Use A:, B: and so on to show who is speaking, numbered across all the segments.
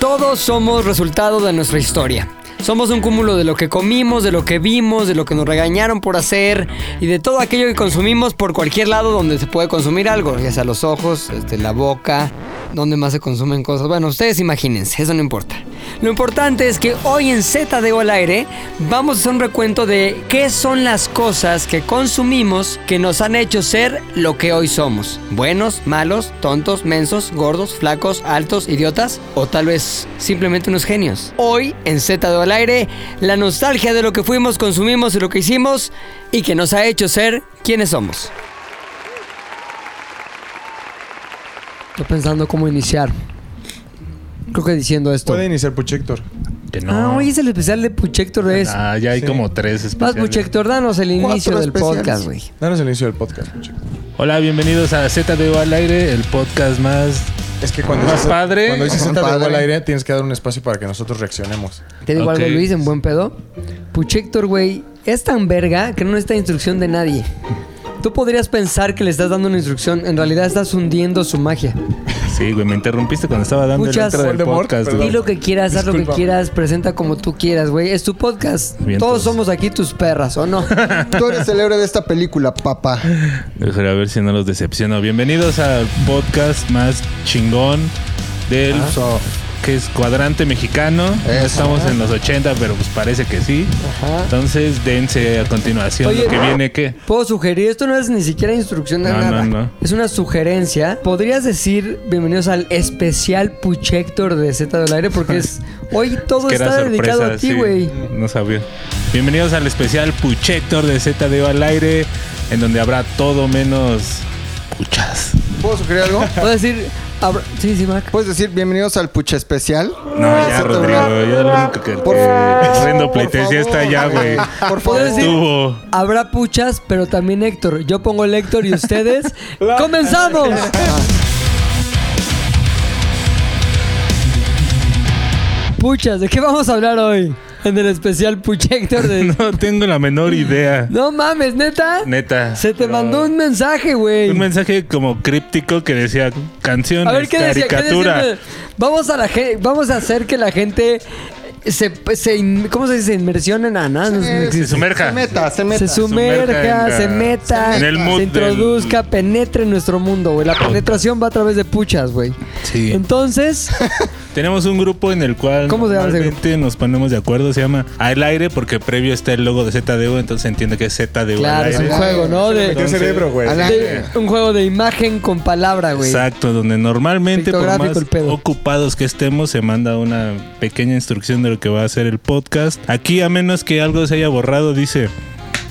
A: Todos somos resultado de nuestra historia. Somos un cúmulo de lo que comimos, de lo que vimos, de lo que nos regañaron por hacer y de todo aquello que consumimos por cualquier lado donde se puede consumir algo, ya sea los ojos, este, la boca, donde más se consumen cosas. Bueno, ustedes imagínense, eso no importa. Lo importante es que hoy en Z de O al aire vamos a hacer un recuento de qué son las cosas que consumimos que nos han hecho ser lo que hoy somos. Buenos, malos, tontos, mensos, gordos, flacos, altos, idiotas o tal vez simplemente unos genios. Hoy en Z de O al aire, la nostalgia de lo que fuimos, consumimos y lo que hicimos y que nos ha hecho ser quienes somos. Estoy pensando cómo iniciar. Creo que diciendo esto.
B: Puede iniciar Puchector.
C: Que no.
A: Ah, hoy es el especial de Puchector de eso.
C: Ah, ya hay
B: Sí.
C: como tres
A: Vas,
C: especiales.
A: Puchector, danos el inicio
B: Cuatro
A: del
B: especiales.
A: podcast, güey.
B: Danos el inicio del podcast, Puchector.
C: Hola, bienvenidos a ZDU al aire, el podcast más...
B: Es que cuando
C: Más
B: dices,
C: padre.
B: cuando dices
C: Más
B: Z de
C: padre.
B: al aire, tienes que dar un espacio para que nosotros reaccionemos.
A: Te digo
C: Ok.
A: algo, Luis, en buen pedo. Puchector, güey, es tan verga que no necesita instrucción de nadie. Tú podrías pensar que le estás dando una instrucción, en realidad estás hundiendo su magia.
C: Sí, güey, me interrumpiste cuando estaba dando
A: Muchas-
C: el intro del
B: Voldemort,
C: podcast,
B: perdón.
A: Di
C: güey.
A: lo que quieras, haz lo que
B: Disculpa.
A: quieras, presenta como tú quieras, güey. Es tu podcast.
C: Bien,
A: Todos
C: entonces.
A: somos aquí tus perras, ¿o no?
D: Tú eres el héroe de esta película, papá.
C: Déjale, a ver si no los decepciono. Bienvenidos al podcast más chingón del...
D: Eso.
C: Que es cuadrante mexicano. No
D: Eso.
C: estamos en los 80, pero pues parece que sí.
A: Ajá.
C: Entonces, dense a continuación
A: Oye,
C: lo que viene, ¿qué?
A: Puedo sugerir, esto no es ni siquiera instrucción de
C: No,
A: nada.
C: no, no.
A: Es una sugerencia. Podrías decir bienvenidos al especial Puchector de Z del Aire porque es hoy todo
C: que
A: está dedicado a ti,
C: sí.
A: güey.
C: No sabía. Bienvenidos al especial Puchector de ZDO al aire, en donde habrá todo menos puchas.
D: ¿Puedo sugerir algo?
A: Puedo decir, abra- sí, sí, Mac.
D: ¿Puedes decir bienvenidos al Puche Especial?
C: No, ya, Rodrigo, ya lo único que
D: Ah, Por-
C: te rindo
D: por
C: pleitesía
D: favor,
C: está ya, güey.
D: Por
A: Puedo
D: favor.
A: decir,
C: Estuvo.
A: habrá puchas, pero también Héctor. Yo pongo el Héctor y ustedes. ¡Comenzamos! Puchas, ¿de qué vamos a hablar hoy? En el especial Puchector de...
C: No tengo la menor idea.
A: No mames, neta.
C: Neta.
A: Se te
C: Pero-
A: mandó un mensaje, güey.
C: Un mensaje como críptico que decía canciones,
A: A ver qué decía, ¿Qué
C: caricatura.
A: decía? Vamos a la gen- vamos a hacer que la gente se, se in- ¿cómo se dice? Se inmersione en nada. no sé,
C: se sumerja.
D: Se meta, se meta.
A: se sumerja,
C: sumerja
A: se
C: en la-
A: meta,
C: en el mood
A: se introduzca, penetre en nuestro mundo, güey. La penetración va a través de puchas, güey.
C: Sí.
A: Entonces,
C: Tenemos un grupo en el cual
A: ¿Cómo se llama ese
C: normalmente nos ponemos de acuerdo. Se llama Al Aire porque previo está el logo de ZDU, entonces se entiende que es ZDU
A: claro,
C: al
A: es
C: aire.
A: un juego, ¿no? De,
B: Metió
C: Entonces-
B: cerebro, güey.
D: Al
A: de- un juego de imagen con palabra, güey.
C: Exacto, donde normalmente por
A: Pictográfico
C: más
A: el pedo.
C: ocupados que estemos se manda una pequeña instrucción de lo que va a hacer el podcast. Aquí a menos que algo se haya borrado dice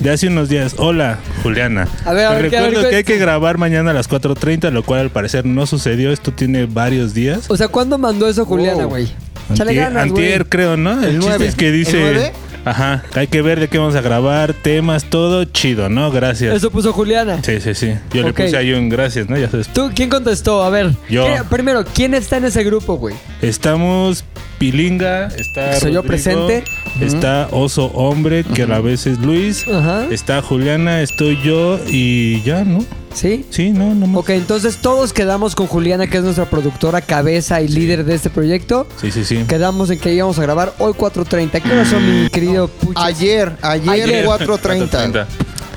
C: de hace unos días, hola Juliana.
A: A ver, a
C: Te
A: ver, ¿qué- a ver, qué-
C: recuerdo que hay que grabar mañana a las 4.30, lo cual al parecer no sucedió. Esto tiene varios días.
A: O sea, ¿cuándo mandó eso Juliana,
D: Wow.
A: güey? Chale
C: Antier,
A: ganas, güey.
C: antier, creo, ¿no? El,
D: El
C: chiste
D: nueve.
C: es que dice.
D: ¿El nueve?
C: Ajá, hay que ver de qué vamos a grabar, temas, todo chido, ¿no? Gracias.
A: Eso puso Juliana.
C: Sí, sí, sí. Yo le
A: Ok.
C: puse ahí un gracias, ¿no? Ya sabes.
A: ¿Tú quién contestó? A ver.
C: Yo.
A: ¿qué- primero, ¿quién está en ese grupo, güey?
C: Estamos Pilinga, está.
A: Soy yo presente.
C: Está Oso Hombre, que a la vez es Luis.
A: Ajá.
C: Está Juliana, estoy yo y ya, ¿no?
A: ¿Sí?
C: Sí, no, no más.
A: Ok, entonces todos quedamos con Juliana, que es nuestra productora, cabeza y líder de este proyecto.
C: Sí, sí, sí.
A: Quedamos en que íbamos a grabar hoy 4.30. ¿Qué hora son, mi querido Pucha?
D: Ayer, ayer,
A: Ayer.
D: 4.30.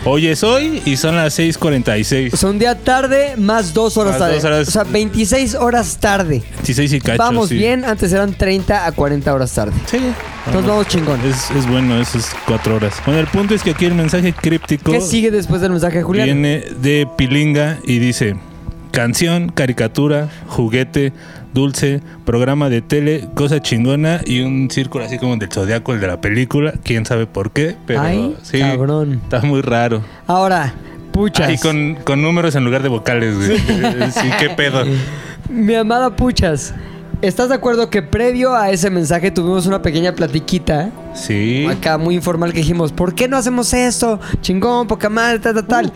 C: Hoy es hoy y son las 6:46.
A: O sea, un día tarde más dos horas
C: Más
A: tarde.
C: dos horas.
A: O sea, 26 horas tarde.
C: 16 y cacho.
A: Vamos
C: sí.
A: bien, antes eran 30 a 40 horas tarde.
C: Sí.
A: Entonces vamos chingón.
C: Es, es bueno, esas cuatro horas. Bueno, el punto es que aquí el mensaje críptico
A: ¿Qué sigue después del mensaje de Juliana?
C: viene de Pilinga y dice: canción, caricatura, juguete, dulce, programa de tele, cosa chingona y un círculo así como del zodiaco, el de la película. Quién sabe por qué, pero
A: Ay,
C: sí,
A: cabrón.
C: está muy raro.
A: Ahora, Puchas.
C: Y con, con números en lugar de vocales, güey. sí, qué pedo.
A: Mi amada Puchas, ¿estás de acuerdo que previo a ese mensaje tuvimos una pequeña platiquita
C: Sí.
A: acá muy informal que dijimos, ¿por qué no hacemos esto? Chingón, poca madre, tal, tal, tal.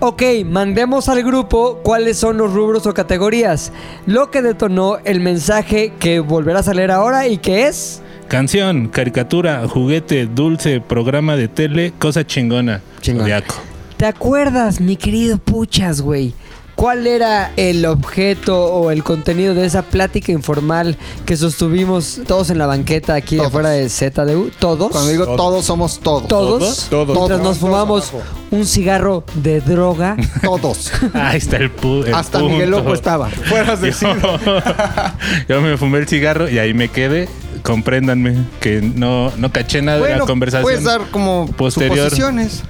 A: Ok, mandemos al grupo cuáles son los rubros o categorías. Lo que detonó el mensaje que volverás a leer ahora y que es...
C: Canción, caricatura, juguete, dulce, programa de tele, cosa chingona.
A: Chingona.
C: Zodiaco.
A: ¿Te acuerdas, mi querido Puchas, güey? ¿Cuál era el objeto o el contenido de esa plática informal que sostuvimos todos en la banqueta aquí
D: Todos.
A: afuera de ZDU? ¿Todos?
D: Cuando digo todos, somos todos.
A: ¿Todos?
B: Todos.
A: Mientras
B: Todos.
A: nos fumamos
B: Todos abajo.
A: un cigarro de droga.
D: Todos.
C: Ahí está el, pu el
D: Hasta
C: punto.
D: Miguel Loco estaba.
B: Fueras de
C: Yo, yo me fumé el cigarro y ahí me quedé. Compréndanme que no, no caché nada de la
D: Bueno,
C: conversación.
D: puedes dar como
C: posterior.
D: suposiciones.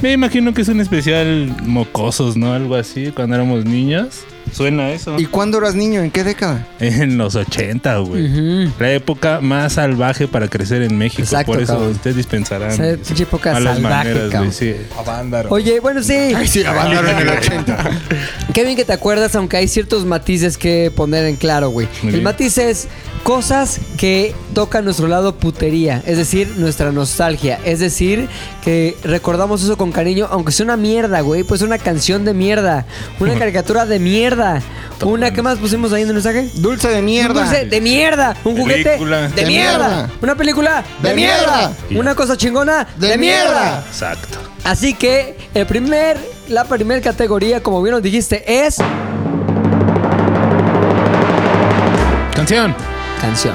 C: Me imagino que es un especial mocosos, ¿no? Algo así, cuando éramos niños. Suena eso.
D: ¿Y cuándo eras niño? ¿En qué década?
C: En los 80, güey.
A: Ujú.
C: La época más salvaje para crecer en México.
A: Exacto,
C: Por eso
A: cabrón.
C: ustedes dispensarán.
A: Esa pinche época
C: malas
A: salvaje,
C: maneras,
A: cabrón.
C: güey, sí.
B: Avándaro.
A: Oye, bueno, sí.
D: sí, abandonaron en el 80.
A: Qué bien que te acuerdas, aunque hay ciertos matices que poner en claro, güey.
C: Muy
A: El
C: bien.
A: matiz es cosas que toca nuestro lado putería, es decir, nuestra nostalgia. Es decir, que recordamos eso con cariño, aunque sea una mierda, güey. Pues una canción de mierda, una caricatura de mierda, una, ¿qué más pusimos ahí en el mensaje?
D: Dulce de mierda.
A: Un dulce de mierda, un juguete
C: Película.
A: de,
D: De
A: mierda.
D: mierda.
A: una película
D: De mierda.
A: una cosa chingona de,
D: De
A: mierda.
D: mierda.
C: Exacto.
A: Así que el primer, la primera categoría, como bien lo dijiste, es
C: Canción.
A: canción.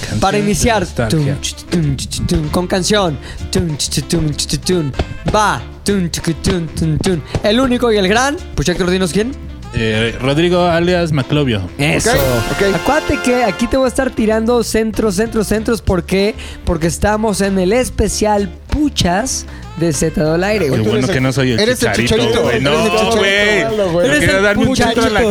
C: Canción
A: Para
C: de
A: iniciar,
C: nostalgia.
A: tum, ch, tum, ch, ch, tum, con canción, Tum, ch, ch, tum, ch, ch, tum. va, tum, ch, ch, tum, tum, tum. el único y el gran, pues Héctor, dinos quién.
C: Eh, Rodrigo alias Maclovio.
A: Eso.
D: ok.
A: Acuérdate que aquí te voy a estar tirando centros, centros, centros. ¿Por qué? Porque estamos en el especial Puchas de Z del Aire,
C: Qué
A: güey.
D: tú
C: bueno
D: eres
C: que
D: el-
C: no soy el
D: eres el
C: chicharito.
D: chicharito,
C: güey.
D: eres
C: No,
D: el chicharito,
C: güey.
B: malo, güey.
C: Me
A: Eres
C: quería
A: el
C: darme un chito en la cara.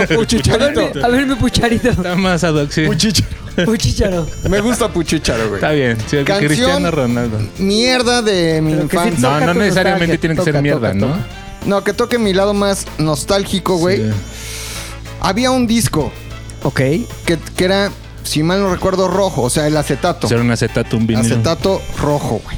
A: A ver,
D: puchicharito.
A: mi- a ver, mi pucharito.
C: Está más adoxi.
D: Puchicharo.
A: Puchicharo.
D: Me gusta puchicharo, güey.
C: Está bien. sí,
D: Canción.
C: Cristiano Ronaldo.
D: Mierda de mi
A: Pero que sí
D: infancia.
C: No,
A: Toca
C: no
A: tu
C: necesariamente
A: nostalgia,
C: tiene que
A: toca,
C: ser mierda,
A: toca,
C: ¿no?
A: toca.
D: No, que toque mi lado más nostálgico, güey.
C: Sí.
D: Había un disco
A: Ok.
D: que, que era, si mal no recuerdo, rojo, o sea, el acetato.
C: Hacer un acetato, un vinilo.
D: Acetato rojo, güey.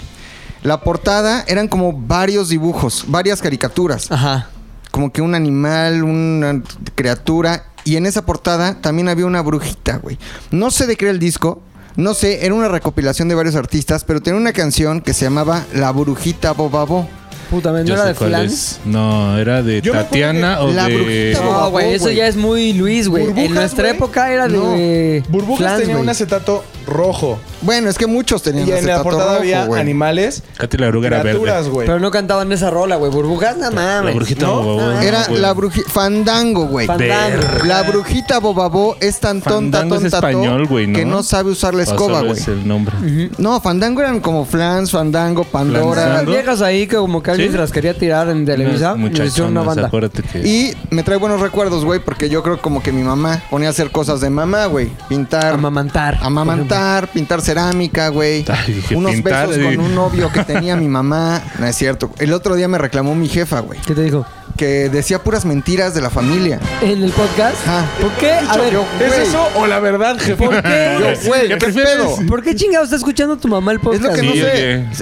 D: La portada eran como varios dibujos, varias caricaturas.
C: Ah.
A: Ajá.
D: Como que un animal, una criatura. Y en esa portada también había una brujita, güey. No sé de qué era el disco. No sé, era una recopilación de varios artistas, pero tenía una canción que se llamaba La Brujita Bobabo.
A: Puta, ¿no
C: Yo
A: era
C: sé
A: de
C: cuál
A: Flan?
C: es. No, era de
B: Yo me acuerdo
C: Tatiana o
D: La
C: de.
D: Brujita Boba.
A: No, güey, eso
D: güey.
A: ya es muy Luis, güey. En
D: Burbujas,
A: nuestra
D: güey.
A: época era
D: No.
A: de.
B: Burbujas
A: Flans,
B: tenía
A: güey.
B: un acetato rojo.
D: Bueno, es que muchos tenían
B: Y en la
D: acetato
B: portada
D: rojo,
B: había
D: güey.
B: animales,
C: Katy la Bruja era
B: criaturas,
C: verde.
B: güey.
A: Pero no cantaban esa rola, güey. Burbujas, no
C: La
A: mames.
C: brujita
B: ¿No?
C: Boba, güey.
D: Era
C: Ah, güey.
D: la brujita... Fandango, güey.
A: Fandango.
D: La brujita Bobabó es tan tonta,
C: Fandango es
D: tonta, to-
C: español, güey, ¿no?
D: que no sabe usar la
C: O solo
D: escoba, güey.
C: Es el nombre.
D: No, Fandango eran como Flans, Fandango, Pandora.
A: Las
C: Fandango.
A: viejas ahí que como que alguien
C: Sí.
A: se las quería tirar en Televisa. y les
C: Muchachos,
A: hicieron una banda.
C: acuérdate que.
D: Y me trae buenos recuerdos, güey, porque yo creo como que mi mamá ponía a hacer cosas de mamá, güey. Pintar,
A: Amamantar.
D: amamantar, pintar cerámica, güey.
C: Ay, dije,
D: Unos
C: pintar,
D: besos
C: dije.
D: con un novio que tenía mi mamá. No es cierto. El otro día me reclamó mi jefa, güey,
A: ¿Qué te dijo?
D: que decía puras mentiras de la familia.
A: ¿En el podcast?
D: Ajá.
A: ¿Por qué? A ver,
D: Yo,
B: ¿Es
D: güey.
B: eso o la verdad, jefe?
A: ¿por qué?
D: Yo, güey,
C: ¿Qué
D: ¿qué,
C: prefieres?
D: pedo?
A: ¿Por qué chingado está escuchando tu mamá el
D: Es lo
A: podcast?
D: que no
C: Sí,
D: sé.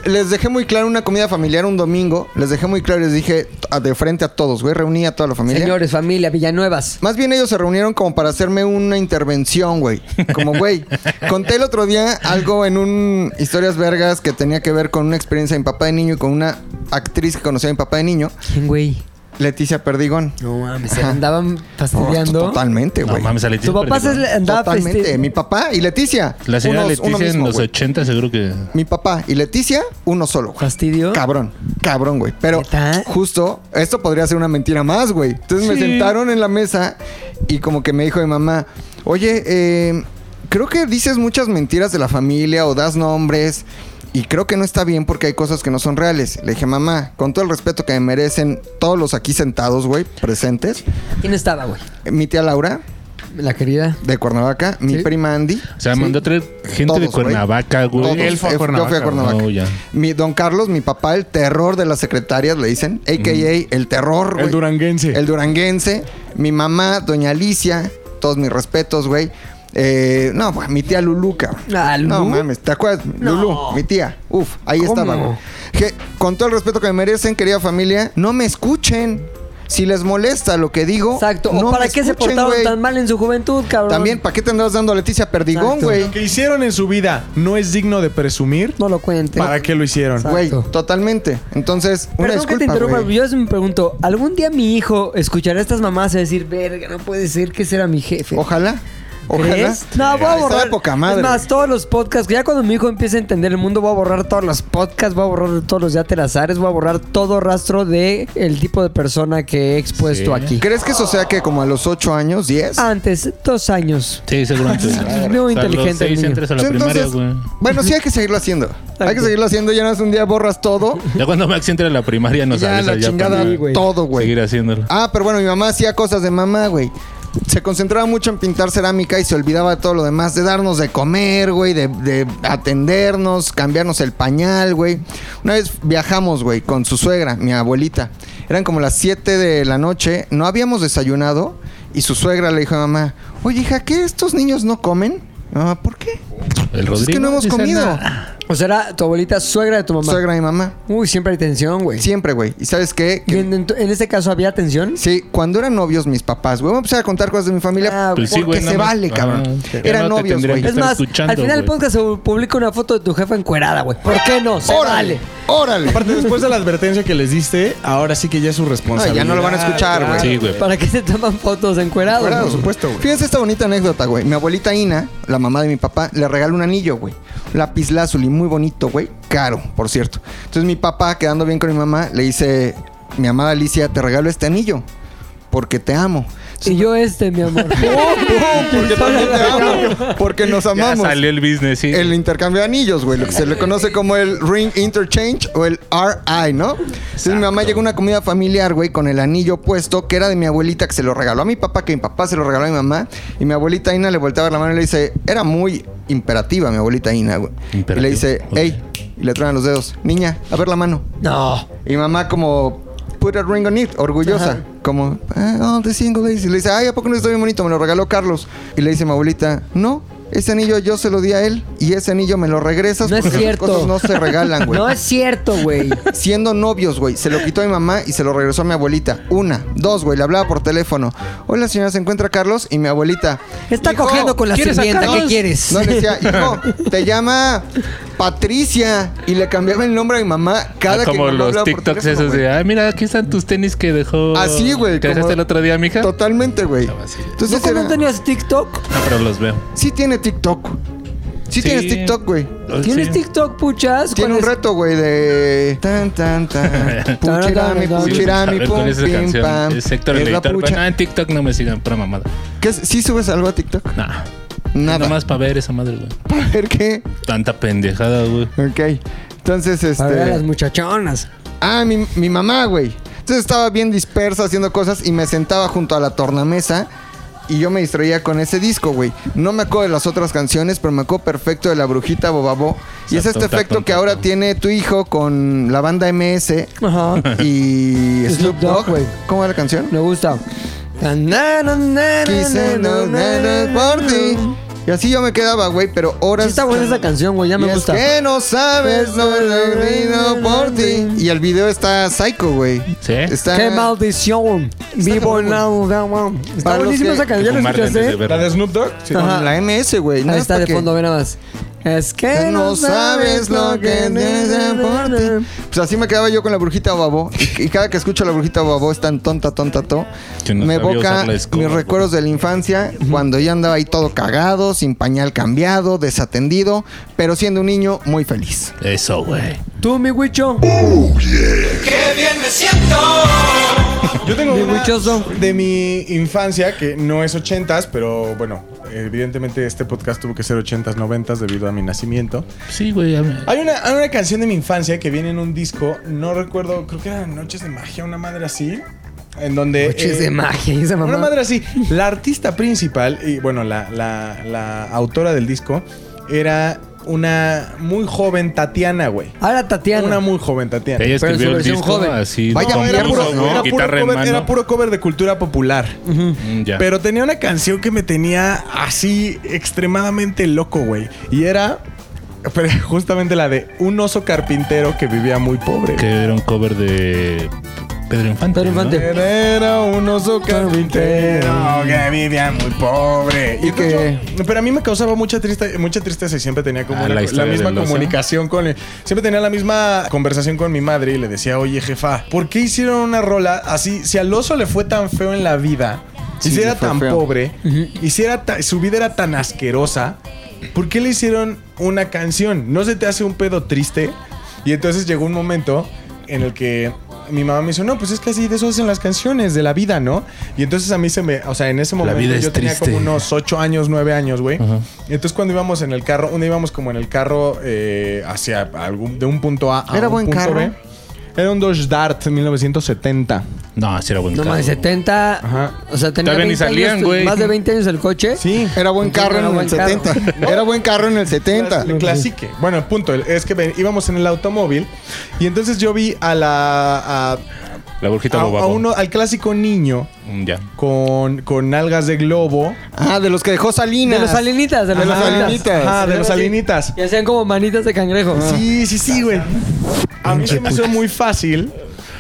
C: oye.
D: Les dejé muy claro una comida familiar un domingo. Les dejé muy claro, les dije t- a- de frente a todos, güey. Reuní a toda la familia.
A: Señores, familia, Villanuevas.
D: Más bien ellos se reunieron como para hacerme una intervención, güey. Como, güey, conté el otro día algo en un Historias Vergas que tenía que ver con una experiencia de mi papá de niño y con una actriz que conocía a mi papá de niño,
A: ¿Quién, güey?
D: Leticia Perdigón.
A: No mames, se
D: Ajá.
A: andaban fastidiando.
D: Oh, totalmente,
C: No
D: güey.
C: mames, a Leticia
A: Tu papá
C: Perdigón.
A: se andaba
D: Totalmente. Mi
A: fastidiando.
D: papá y Leticia.
C: La señora
D: Unos- uno
C: Leticia en
D: mismo,
C: los
D: güey.
C: 80 seguro que.
D: Mi papá y Leticia, uno solo, güey.
A: ¿Fastidio?
D: Cabrón, cabrón, güey. Pero
A: ¿Neta?
D: justo, esto podría ser una mentira más, güey. Entonces me
C: Sí.
D: sentaron en la mesa y como que me dijo mi mamá, oye, eh, creo que dices muchas mentiras de la familia o das nombres y creo que no está bien porque hay cosas que no son reales. Le dije, mamá, con todo el respeto que me merecen todos los aquí sentados, güey, presentes,
A: ¿Quién estaba, güey?
D: eh, mi tía Laura
A: La querida.
D: de Cuernavaca, mi
A: Sí.
D: prima Andy.
C: O sea, mandó a traer gente de
D: Todos, güey.
C: Cuernavaca,
D: Todos.
C: güey.
B: Él fue a
D: Eh, Yo fui
B: Cuernavaca,
D: a Cuernavaca.
C: No, Oh, ya.
D: Mi don Carlos, mi papá, el terror de las secretarias, le dicen. AKA, el terror, güey.
B: El duranguense.
D: El duranguense. Mi mamá, doña Alicia. Todos mis respetos, güey. Eh, no, güey, mi tía Lulú, cabrón.
A: Ah, ¿Lulú?
D: No mames, ¿te acuerdas?
A: No.
D: Lulú, mi tía. Uf, ahí
A: ¿Cómo?
D: estaba, güey. Que, con todo el respeto que me merecen, querida familia, no me escuchen. Si les molesta lo que digo,
A: Exacto.
D: no
A: ¿O para
D: me
A: qué se
D: escuchen,
A: portaron
D: güey.
A: tan mal en su juventud, cabrón?
D: También, ¿para qué te andabas dando a Leticia Perdigón,
A: Exacto.
D: güey?
B: Lo que hicieron en su vida no es digno de presumir.
A: No lo cuentes.
B: ¿Para qué lo hicieron?
A: Exacto.
D: Güey, totalmente. Entonces, una
A: Perdón que te
D: disculpa,
A: interrumpa,
D: güey.
A: yo me pregunto, ¿algún día mi hijo escuchará a estas mamás y va a decir, verga, no puede ser que será mi jefe?
D: Ojalá. Ojalá.
A: ¿Crees? No, voy a
D: Estaba
A: borrar.
D: poca madre.
A: Es más, todos los podcasts. Ya cuando mi hijo empiece a entender el mundo, voy a borrar todos los podcasts, voy a borrar todos los yatelazares, voy a borrar todo rastro de el tipo de persona que he expuesto
C: Sí.
A: aquí.
D: ¿Crees que eso sea que como a los 8 años, 10?
C: Ah,
A: Antes, dos años.
C: Sí, seguramente.
A: Muy
C: Hasta los
A: inteligente el
C: seis
A: niño.
C: entras a la
D: Sí,
C: primaria,
D: Pues entonces,
C: güey.
D: Bueno, sí hay que seguirlo haciendo. Hay que
A: Exacto.
D: seguirlo haciendo. Ya no es un día borras todo.
C: Ya cuando Max entra a la primaria no
D: y ya
C: sabes
D: la
C: allá
D: chingada
C: para
D: todo, güey.
C: seguir haciéndolo.
D: Ah, pero bueno, mi mamá hacía cosas de mamá, güey. Se concentraba mucho en pintar cerámica y se olvidaba de todo lo demás, de darnos de comer, güey, de, de atendernos, cambiarnos el pañal, güey. Una vez viajamos, güey, con su suegra, mi abuelita. Eran como las 7 de la noche, no habíamos desayunado y su suegra le dijo a mamá, oye hija, ¿qué estos niños no comen? Mamá, ¿por qué?
C: El
D: Pues es
C: Rodrigo
D: que no hemos
C: dice
D: comido.
C: nada.
A: O sea, era tu abuelita suegra de tu mamá.
D: Suegra y mamá.
A: Uy, siempre hay tensión, güey.
D: Siempre, güey. ¿Y sabes qué?
A: ¿Y
D: Que-
A: en, en tu- en este caso había tensión?
D: Sí, cuando eran novios mis papás, güey. Voy a empezar a contar cosas de mi familia
A: Ah,
D: porque
C: Pues sí, güey,
D: se
C: nada más.
D: vale,
C: Ah,
D: cabrón.
C: ya
D: eran
C: no te
D: novios,
C: tendría
D: güey.
C: que
A: Es
C: Está
A: más, al
C: escuchando,
A: final del
C: güey.
A: podcast se publica una foto de tu jefa encuerada, güey. ¿Por qué no? Se
D: ¡Órale!
A: vale.
D: ¡Órale!
B: Aparte, después de la advertencia que les diste, ahora sí que ya es su
D: No,
B: responsabilidad.
D: ya no lo van a escuchar, güey.
C: Sí, güey.
A: ¿Para qué se toman fotos encuerados?
D: Fuera,
A: güey?
D: güey.
B: supuesto, güey.
D: Fíjense esta bonita anécdota, güey. Mi abuelita Ina, la mamá de mi papá, le regaló un anillo, güey. Lápiz lazuli, muy bonito, güey. Caro, por cierto. Entonces mi papá, quedando bien con mi mamá, le dice: Mi amada Alicia, te regalo este anillo porque te amo.
A: Y yo este, mi amor.
D: Oh, Porque también te amo. Porque nos
C: Ya
D: amamos.
C: salió el business, sí.
D: el intercambio de anillos, güey, lo que se le conoce como el ring interchange o el RI, ¿no? Entonces mi mamá llegó a una comida familiar, güey, con el anillo puesto que era de mi abuelita que se lo regaló a mi papá, que mi papá se lo regaló a mi mamá, y mi abuelita Ina le volteaba la mano y le dice, era muy imperativa mi abuelita Ina, güey. Y
C: Imperativa,
D: le dice,
C: ok.
D: hey, y le traen los dedos, niña, a ver la mano.
A: No.
D: Y mamá como put a ring on it, orgullosa.
A: Ajá.
D: Como, ah, all the single ladies. Y le dice, ay, ¿a poco no está bien bonito? Me lo regaló Carlos. Y le dice mi abuelita, no, ese anillo yo se lo di a él y ese anillo me lo regresas
A: No es
D: porque esas
A: cierto.
D: cosas no se regalan, güey.
A: No es cierto, güey.
D: Siendo novios, güey, se lo quitó a mi mamá y se lo regresó a mi abuelita. Una, dos, güey, le hablaba por teléfono. Hola, señora, ¿se encuentra Carlos? Y mi abuelita.
A: Está
D: "Hijo,
A: cogiendo con la
C: ¿quieres
A: sirvienta.
C: sacarlos?
A: ¿Qué quieres?
D: no, le decía, hijo, te llama Patricia. Y le cambiaba el nombre a mi mamá cada
C: Ah,
D: que mi
C: como
D: mamá
C: los
D: hablaba por
C: TikToks
D: teléfono,
C: esos
D: güey.
C: de, ah, mira, aquí están tus tenis que dejó.
D: Así, güey,
C: Que
D: como-
C: dejaste el otro día, mija. No,
D: Totalmente, güey.
C: Ah, sí.
D: Entonces,
A: ¿No que no
D: era-
A: tenías TikTok?
C: Ah, pero los veo.
D: sí tiene TikTok.
C: Sí.
D: Sí, tienes TikTok, güey.
A: ¿Tienes
C: Sí.
A: TikTok, puchas?
D: Tiene un
A: ¿Cuál es?
D: reto, güey, de... Tan, tan, tan. Puchirami,
A: Sí,
C: a
D: puchirami,
C: ver,
D: pum,
C: con esa
D: pim,
C: canción.
D: pam.
C: Es Héctor
D: Es
C: el
D: la
C: editor.
D: pucha.
C: Pero, ah, en TikTok no me sigan, pura mamada.
D: ¿Qué es? ¿Sí subes algo a TikTok?
C: Nah.
D: Nada.
C: Nomás para ver esa madre, güey.
D: Para ver qué.
C: Tanta pendejada, güey.
D: Ok. Entonces,
A: Para ver a las
D: este...
A: muchachonas.
D: Ah, mi, mi mamá, güey. Entonces estaba bien dispersa haciendo cosas y me sentaba junto a la tornamesa... Y yo me distraía con ese disco, güey. No me acuerdo de las otras canciones, pero me acuerdo perfecto de La Brujita Bobabó. Y es este
C: Tonta,
D: efecto que
C: tonta,
D: ahora
C: tonta.
D: tiene tu hijo con la banda MS.
A: Ajá.
D: y
A: Snoop
D: Snoop
A: Dogg,
D: Dogg,
A: güey.
D: ¿Cómo va la canción?
A: Me gusta. Na, na, na, na,
D: Quise
A: na,
D: no
A: na,
D: nada
A: na,
D: por
A: na.
D: ti. Y así yo me quedaba, güey, pero horas.
A: Sí está buena esa canción, güey. Ya
D: Y
A: me
D: es
A: gusta.
D: que no sabes, no he dormido por ti. Y el video está psycho, güey.
C: ¿Sí?
D: Está.
A: ¡Qué maldición! Vivo
D: cabrón, güey.
A: now, now, now. Está
D: Para los
A: buenísima
D: que-
A: esa
C: Que
A: canción, ¿ya la
C: fumar antes de
A: escuchaste?
B: ¿La
C: verla.
B: de Snoop Dogg? Sí.
A: Ajá.
D: Con la MS, güey.
A: Ahí
D: Nada
A: está
D: hasta
A: de
D: que-
A: fondo, ve nada más. Es
D: Que
A: que
D: no sabes lo que tienes por ti. Pues así me quedaba yo con la brujita babo. Y, y cada que escucho la brujita babo es tan tonta, tonta, to.
C: Que no
D: me
C: sabía
D: evoca
C: usar la
D: mis
C: escoba, güey.
D: recuerdos de la infancia, cuando yo andaba ahí todo cagado, sin pañal cambiado, desatendido, pero siendo un niño muy feliz.
C: Eso, güey.
A: Tú, mi huicho.
B: Yo tengo
A: Mi
B: una
A: huichoso.
B: de mi infancia que no es ochentas, pero bueno, evidentemente este podcast tuvo que ser ochentas, noventas debido a mi nacimiento.
C: Sí, güey. ya me-
B: Hay una, hay una canción de mi infancia que viene en un disco, no recuerdo, creo que era Noches de Magia, una madre así, en donde...
A: Noches
B: eh,
A: de magia, esa
B: Una
A: mamá.
B: madre así. La artista principal, y bueno, la, la- la autora del disco, era una muy joven Tatiana, güey.
A: Ahora Tatiana.
B: Una muy joven Tatiana.
C: Ella
A: Pero en su
C: escribió el
A: versión
C: disco
A: joven.
C: así.
D: Vaya,
C: con
B: era,
D: famosa,
B: puro,
C: blues,
D: ¿no?
B: era puro
C: Guitarra en
B: cover,
C: mano.
B: era puro cover de cultura popular.
C: Mm, ya.
B: Pero tenía una canción que me tenía así extremadamente loco, güey. Y era pero, justamente la de un oso carpintero que vivía muy pobre.
C: Que era un cover de Pedro Infante.
A: Pedro
C: ¿no?
A: Infante.
B: Era un oso carpintero que vivía muy pobre.
D: Y
B: Y entonces
D: que-
B: yo- pero a mí me causaba mucha triste, mucha tristeza y siempre tenía como
C: Ah,
B: una-
C: la
B: la,
C: historia
B: misma
C: del oso.
B: comunicación con él. Siempre tenía la misma conversación con mi madre y le decía, oye jefa, ¿por qué hicieron una rola así? Si al oso le fue tan feo en la vida,
D: Sí,
B: si era
D: le fue
B: tan
D: feo.
B: pobre, y si era ta- su vida era tan asquerosa, ¿por qué le hicieron una canción? ¿No se te hace un pedo triste? Y entonces llegó un momento en el que mi mamá me dijo, no, pues es que así de eso hacen las canciones, de la vida, ¿no? Y entonces a mí se me, o sea, en ese momento
C: vida es
B: yo tenía
C: triste.
B: como unos 8 años, 9 años, güey.
C: Ajá.
B: Y entonces cuando íbamos en el carro, un día íbamos como en el carro eh, hacia algún, de un punto A a
D: Era
B: un
D: buen
B: punto
D: carro.
B: B. Era un Dodge Dart 1970.
C: No, sí era buen
A: No
C: carro.
A: más de 70.
B: Ajá.
A: O sea, tenía
C: Todavía ni
A: 20
C: salían,
A: años,
C: güey.
A: más de 20 años el coche.
B: Sí.
D: Era buen carro
A: Era
D: en
A: buen
D: el
A: carro.
D: 70. Era buen carro en el 70.
B: Cla- Clasique. Bueno, el punto es que ven- íbamos en el automóvil y entonces yo vi a la a,
C: La burjita
B: a-
C: Bobapo.
B: a uno al clásico niño
C: Mm, Ya.
B: con con algas de globo.
D: Ah, de los que dejó Salinas.
A: De los salinitas, de los
B: Ajá.
A: salinitas.
B: Ajá, de los
A: Sí.
B: salinitas.
A: Y hacían como manitas de cangrejo.
B: Sí, sí, sí, güey. A mí se me hizo muy fácil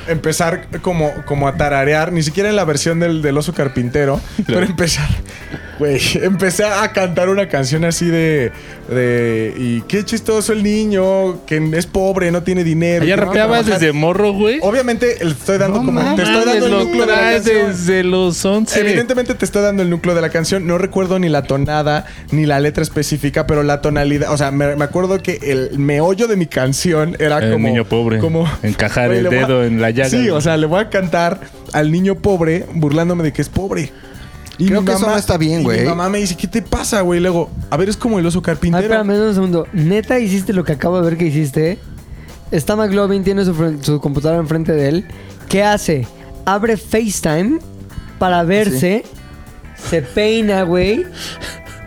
B: empezar como, como a tararear, ni siquiera en la versión del, del oso carpintero, pero empezar. Güey, empecé a cantar una canción así de, de. Y qué chistoso el niño, que es pobre, no tiene dinero.
C: Allá
B: que no
C: rapeabas
B: trabaja".
C: desde morro, güey.
B: Obviamente, le estoy dando como. te estoy
C: Mames,
B: dando el
C: lo
B: núcleo de la
C: traes
B: canción.
C: desde los 11.
B: Evidentemente te está dando el núcleo de la canción. No recuerdo ni la tonada, ni la letra específica, pero la tonalidad. O sea, me, me acuerdo que el meollo de mi canción era
C: El
B: como.
C: niño pobre.
B: Como,
C: Encajar
B: Güey,
C: el
B: le voy a-
C: dedo en la llaga.
B: Sí, o sea, le voy a cantar al niño pobre burlándome de que es pobre. Y
D: Creo
B: mi
D: que eso no está bien,
B: y
D: güey.
B: Mi mamá me dice, ¿qué te pasa, güey? Y Luego, a ver, es como el oso
A: Ah,
B: carpintero.
A: espérame un segundo. ¿Neta hiciste lo que acabo de ver que hiciste? Está McLovin, tiene su, fren- su computadora enfrente de él. ¿Qué hace? Abre FaceTime para verse. Se peina, güey.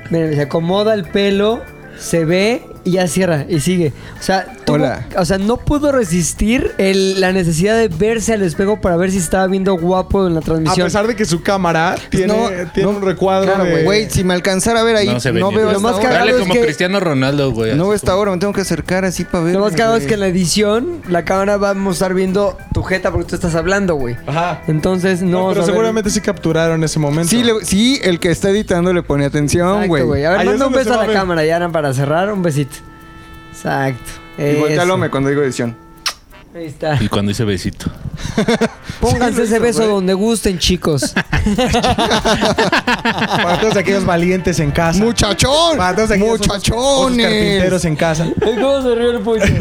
A: Miren, Se acomoda el pelo. Se ve y ya cierra y sigue. O sea, tuvo-
D: Hola.
A: o sea no pudo resistir el- la necesidad de verse al espejo para ver si estaba viendo guapo en la
B: a
A: transmisión.
B: pesar de que su cámara tiene,
D: Pues No,
B: tiene
D: no,
B: un recuadro
D: Claro,
B: de-
D: güey. Güey, si me alcanzara a ver ahí,
C: No
D: no,
C: se ve ni
D: veo
C: Dios.
A: Lo
D: hasta
A: más
D: ahora.
A: cagado
C: Dale
A: es
C: como
A: que-
C: Cristiano Ronaldo, güey.
D: No veo
C: así
D: hasta ahora, me tengo que acercar así para ver.
A: Lo más cagado es que en
D: güey.
A: la edición la cámara va a estar viendo tu jeta porque tú estás hablando, güey.
B: Ajá.
A: Entonces no.
B: No,
A: vas a
B: pero
A: ver-
B: seguramente sí capturaron ese momento.
D: Sí, le- sí, el que está editando le pone atención,
A: Exacto, güey. A ver,
B: Ahí es
A: manda un
B: donde se
A: beso
B: va
A: a la
B: a ver.
A: cámara, ya para cerrar, un besito. Exacto.
D: Y
A: Eso.
D: voltealome cuando digo edición.
A: Ahí está.
C: como- Y cuando hice besito.
A: Pónganse ese beso
D: güey.
A: donde gusten, chicos.
B: Para todos aquellos valientes en casa.
D: ¡Muchachón!
B: Para todos aquellos osos- osos carpinteros
D: ¡Muchachones!
B: en casa.
A: ¿Cómo se rió el puchas?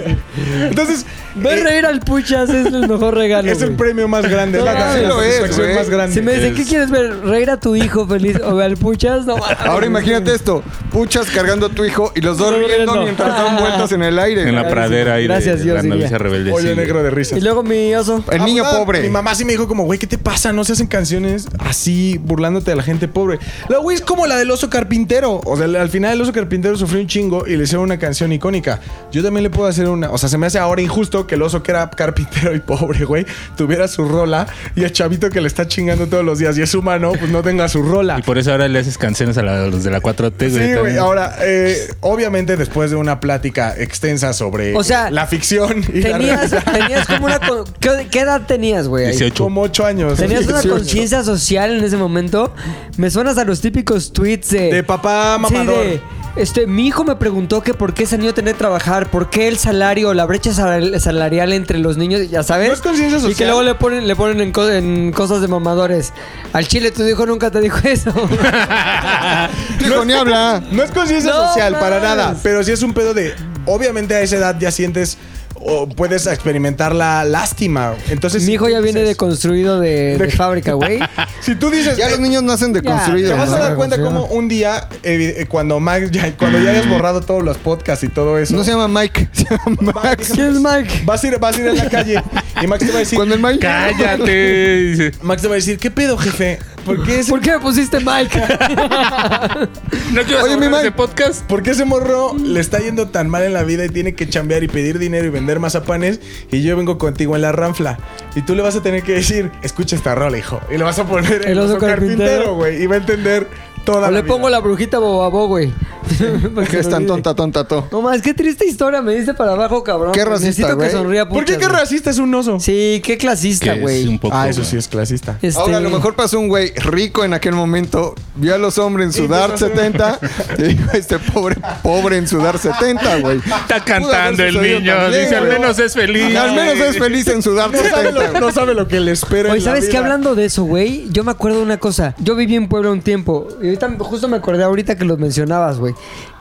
B: Entonces,
A: Ver
B: eh,
A: reír al puchas es el mejor regalo.
B: es el
A: güey.
B: premio más grande.
A: No,
B: es la,
A: sí
B: la
A: lo
D: es,
B: satisfacción
D: güey.
B: más grande.
A: Si me dicen, ¿qué
C: Es-
A: quieres ver? ¿Reír a tu hijo feliz o al puchas? No, mames.
D: Ahora imagínate esto: puchas cargando a tu hijo y los dos
A: No,
D: riendo
A: no.
D: mientras dan vueltas en el aire.
C: En la pradera ahí
A: Gracias,
C: de,
A: Dios,
C: la
A: diría.
C: novicia rebelde.
B: Oye,
C: sí,
B: negro
C: güey.
B: de risa.
A: Y luego mi oso.
D: El niño
B: Abogado,
D: pobre.
B: Mi mamá sí me dijo como, güey, ¿qué te pasa? No se hacen canciones así burlándote de la gente pobre. La güey es como la del oso carpintero. O sea, al final el oso carpintero sufrió un chingo y le hicieron una canción icónica. Yo también le puedo hacer una. O sea, se me hace ahora injusto que el oso que era carpintero y pobre, güey, tuviera su rola y el chavito que le está chingando todos los días y es humano, pues no tenga su rola.
C: Y por eso ahora le haces canciones a, la- a los de la 4T, güey.
B: Sí, güey.
C: también.
B: Ahora, eh, obviamente, después de una plática extensa sobre
A: O sea,
B: la ficción y la
A: Tenías,
B: realidad,
A: tenías como una. con- ¿Qué, qué edad tenías, güey? ahí?
C: 18.
B: como ocho años.
A: Tenías una
D: 18.
A: conciencia social en ese momento. Me suenas a los típicos tweets de.
B: De papá mamador.
A: Sí, de, este, mi hijo me preguntó que por qué ese niño tenía que trabajar, por qué el salario, la brecha sal- salarial entre los niños, ya sabes.
B: No es conciencia
A: Y que
B: social.
A: luego le ponen, le ponen en, co- en cosas de mamadores. Al chile tu hijo nunca te dijo eso.
D: Tu hijo ni habla.
B: No es conciencia
A: No
B: social para
A: mames.
B: nada, pero sí es un pedo de. Obviamente a esa edad ya sientes o puedes experimentar la lástima. Entonces,
A: mi hijo
B: si tú
A: ya viene
B: dices-
A: deconstruido de, de fábrica, güey.
B: Si tú dices.
D: Ya
B: eh,
D: los niños nacen
B: te
D: deconstruidos.
B: vas a
D: ¿no?
B: dar cuenta cómo un día, eh, eh, cuando Max ya, cuando ya
A: Mm.
B: hayas borrado todos los podcasts y todo eso,
D: No se llama Mike, se llama Max.
A: ¿Quién es Mike?
B: vas, a ir, vas a ir a la calle y Max te va a decir:
D: Cuando el Mike.
C: ¡Cállate! Dice,
B: Max te va a decir, ¿qué pedo, jefe? ¿Por qué ese,
A: ¿Por
B: ¿Por
A: qué me pusiste Mike?
C: ¿No te ibas
D: Oye,
C: a
D: mi
C: borrar
D: man.
C: ese podcast?
B: qué ese morro le está yendo tan mal en la vida y tiene que chambear y pedir dinero y vender mazapanes? Y yo vengo contigo en la ranfla. Y tú le vas a tener que decir, escucha esta rola, hijo. Y le vas a poner
A: El oso carpintero.
B: güey. Y va a entender toda
A: O
B: la
A: le
B: vida.
A: pongo la brujita bobabó, güey. Para que
D: Que es
A: no
D: tan
A: olvide.
D: tonta, tonta, to.
A: No más, qué triste historia me diste para abajo, cabrón.
D: Qué racista,
A: Necesito
D: güey.
A: que sonría
B: ¿Por qué
A: puchas,
B: qué
A: güey.
B: racista es un oso?
A: Sí, qué clasista,
C: que es
A: güey.
C: un poco.
B: Ah, eso sí es clasista.
A: Este-
D: Ahora, a lo mejor pasó un güey rico en aquel momento, vio a los hombres en sudar 70 y dijo, este pobre, pobre en sudar 70, güey.
C: Está
D: Pudo
C: cantando
D: haber
C: el
D: sucedido
C: niño.
D: también,
C: Dice, al
D: güey.
C: menos es feliz.
D: Al menos es feliz en sudar
B: No sabe
D: 70.
B: lo, no sabe lo que le espera.
A: Oye,
B: en la
A: ¿sabes qué?
B: vida.
A: Hablando de eso, güey, yo me acuerdo de una cosa. Yo viví en Puebla un tiempo. Y ahorita, justo me acordé ahorita que los mencionabas, güey.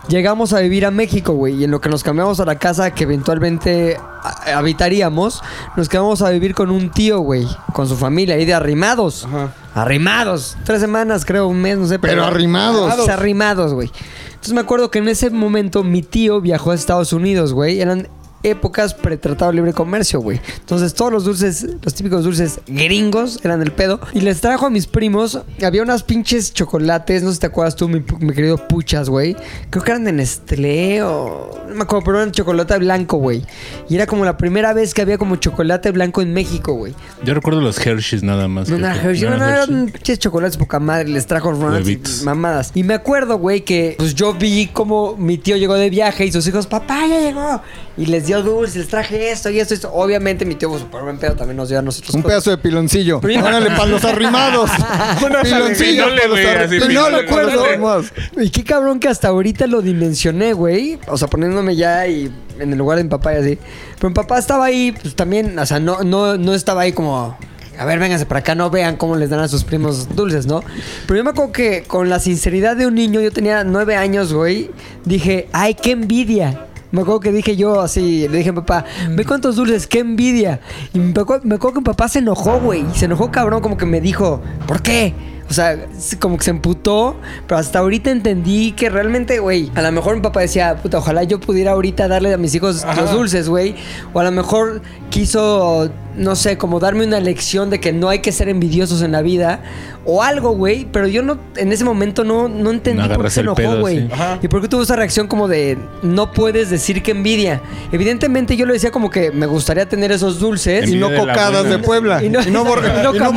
A: Llegamos a vivir a México, güey. Y en lo que nos cambiamos a la casa que eventualmente ah, habitaríamos, nos quedamos a vivir con un tío, güey. Con su familia, ahí de arrimados.
B: Ajá.
A: Arrimados. Tres semanas, creo, un mes, no sé.
D: Pero arrimados.
A: O sea, arrimados, güey. Entonces me acuerdo que en ese momento mi tío viajó a Estados Unidos, güey. Eran épocas pretratado de libre comercio, güey. Entonces todos los dulces, los típicos dulces gringos eran el pedo. Y les trajo a mis primos. Había unas pinches chocolates, no sé si te acuerdas tú, mi, mi querido Puchas, güey. Creo que eran de Nestlé o... No me acuerdo, pero eran chocolate blanco, güey. Y era como la primera vez que había como chocolate blanco en México, güey.
C: Yo recuerdo los Hershey's nada más.
A: No,
C: que-
A: no, Hershey,
C: no,
A: no, no,
C: Hershey.
A: eran pinches chocolates poca madre, les trajo runs y
C: Huevitos.
A: mamadas. Y me acuerdo, güey, que pues yo vi como mi tío llegó de viaje y sus hijos, papá, ya llegó. Y les dio dulce, les traje esto y esto, y esto. Obviamente mi tío fue súper buen pedo, también nos dio a nosotros.
D: Un
A: cosas.
D: pedazo de piloncillo.
A: Prima.
D: Órale, para los arrimados. piloncillo.
C: Pinole,
D: para los
C: güey,
D: arri-
C: así,
D: Pinole,
C: pinole,
D: para los
A: pinole.
D: arrimados.
A: Y qué cabrón que hasta ahorita lo dimensioné, güey. O sea, poniéndome ya y en el lugar de mi papá y así. Pero mi papá estaba ahí, pues también, o sea, no, no, no estaba ahí como. A ver, vénganse para acá, no vean cómo les dan a sus primos dulces, ¿no? Pero yo me acuerdo que con la sinceridad de un niño, yo tenía nueve años, güey, dije, ay, qué envidia. Me acuerdo que dije yo así, le dije a mi papá, ve cuántos dulces, qué envidia. Y me acuerdo, me acuerdo que mi papá se enojó, güey. Se enojó cabrón, como que me dijo, ¿por qué? O sea, se- como que se emputó, pero hasta ahorita entendí que realmente, güey, a lo mejor mi papá decía, puta, ojalá yo pudiera ahorita darle a mis hijos los dulces, güey. O a lo mejor quiso, no sé, como darme una lección de que no hay que ser envidiosos en la vida o algo, güey. Pero yo no, en ese momento no, no entendí por qué
C: agarras
A: se
C: el
A: enojó,
C: pedo,
A: güey.
C: sí.
B: Ajá.
A: Y por qué tuvo esa reacción como de, no puedes decir que envidia. Evidentemente yo le decía como que me gustaría tener esos dulces.
D: Y
C: Envidia
D: no
C: de la
D: cocadas
C: buena.
D: de Puebla.
A: Y
D: Y
A: no-
D: no,
A: y
D: borra-
A: no
D: y no
A: camotes.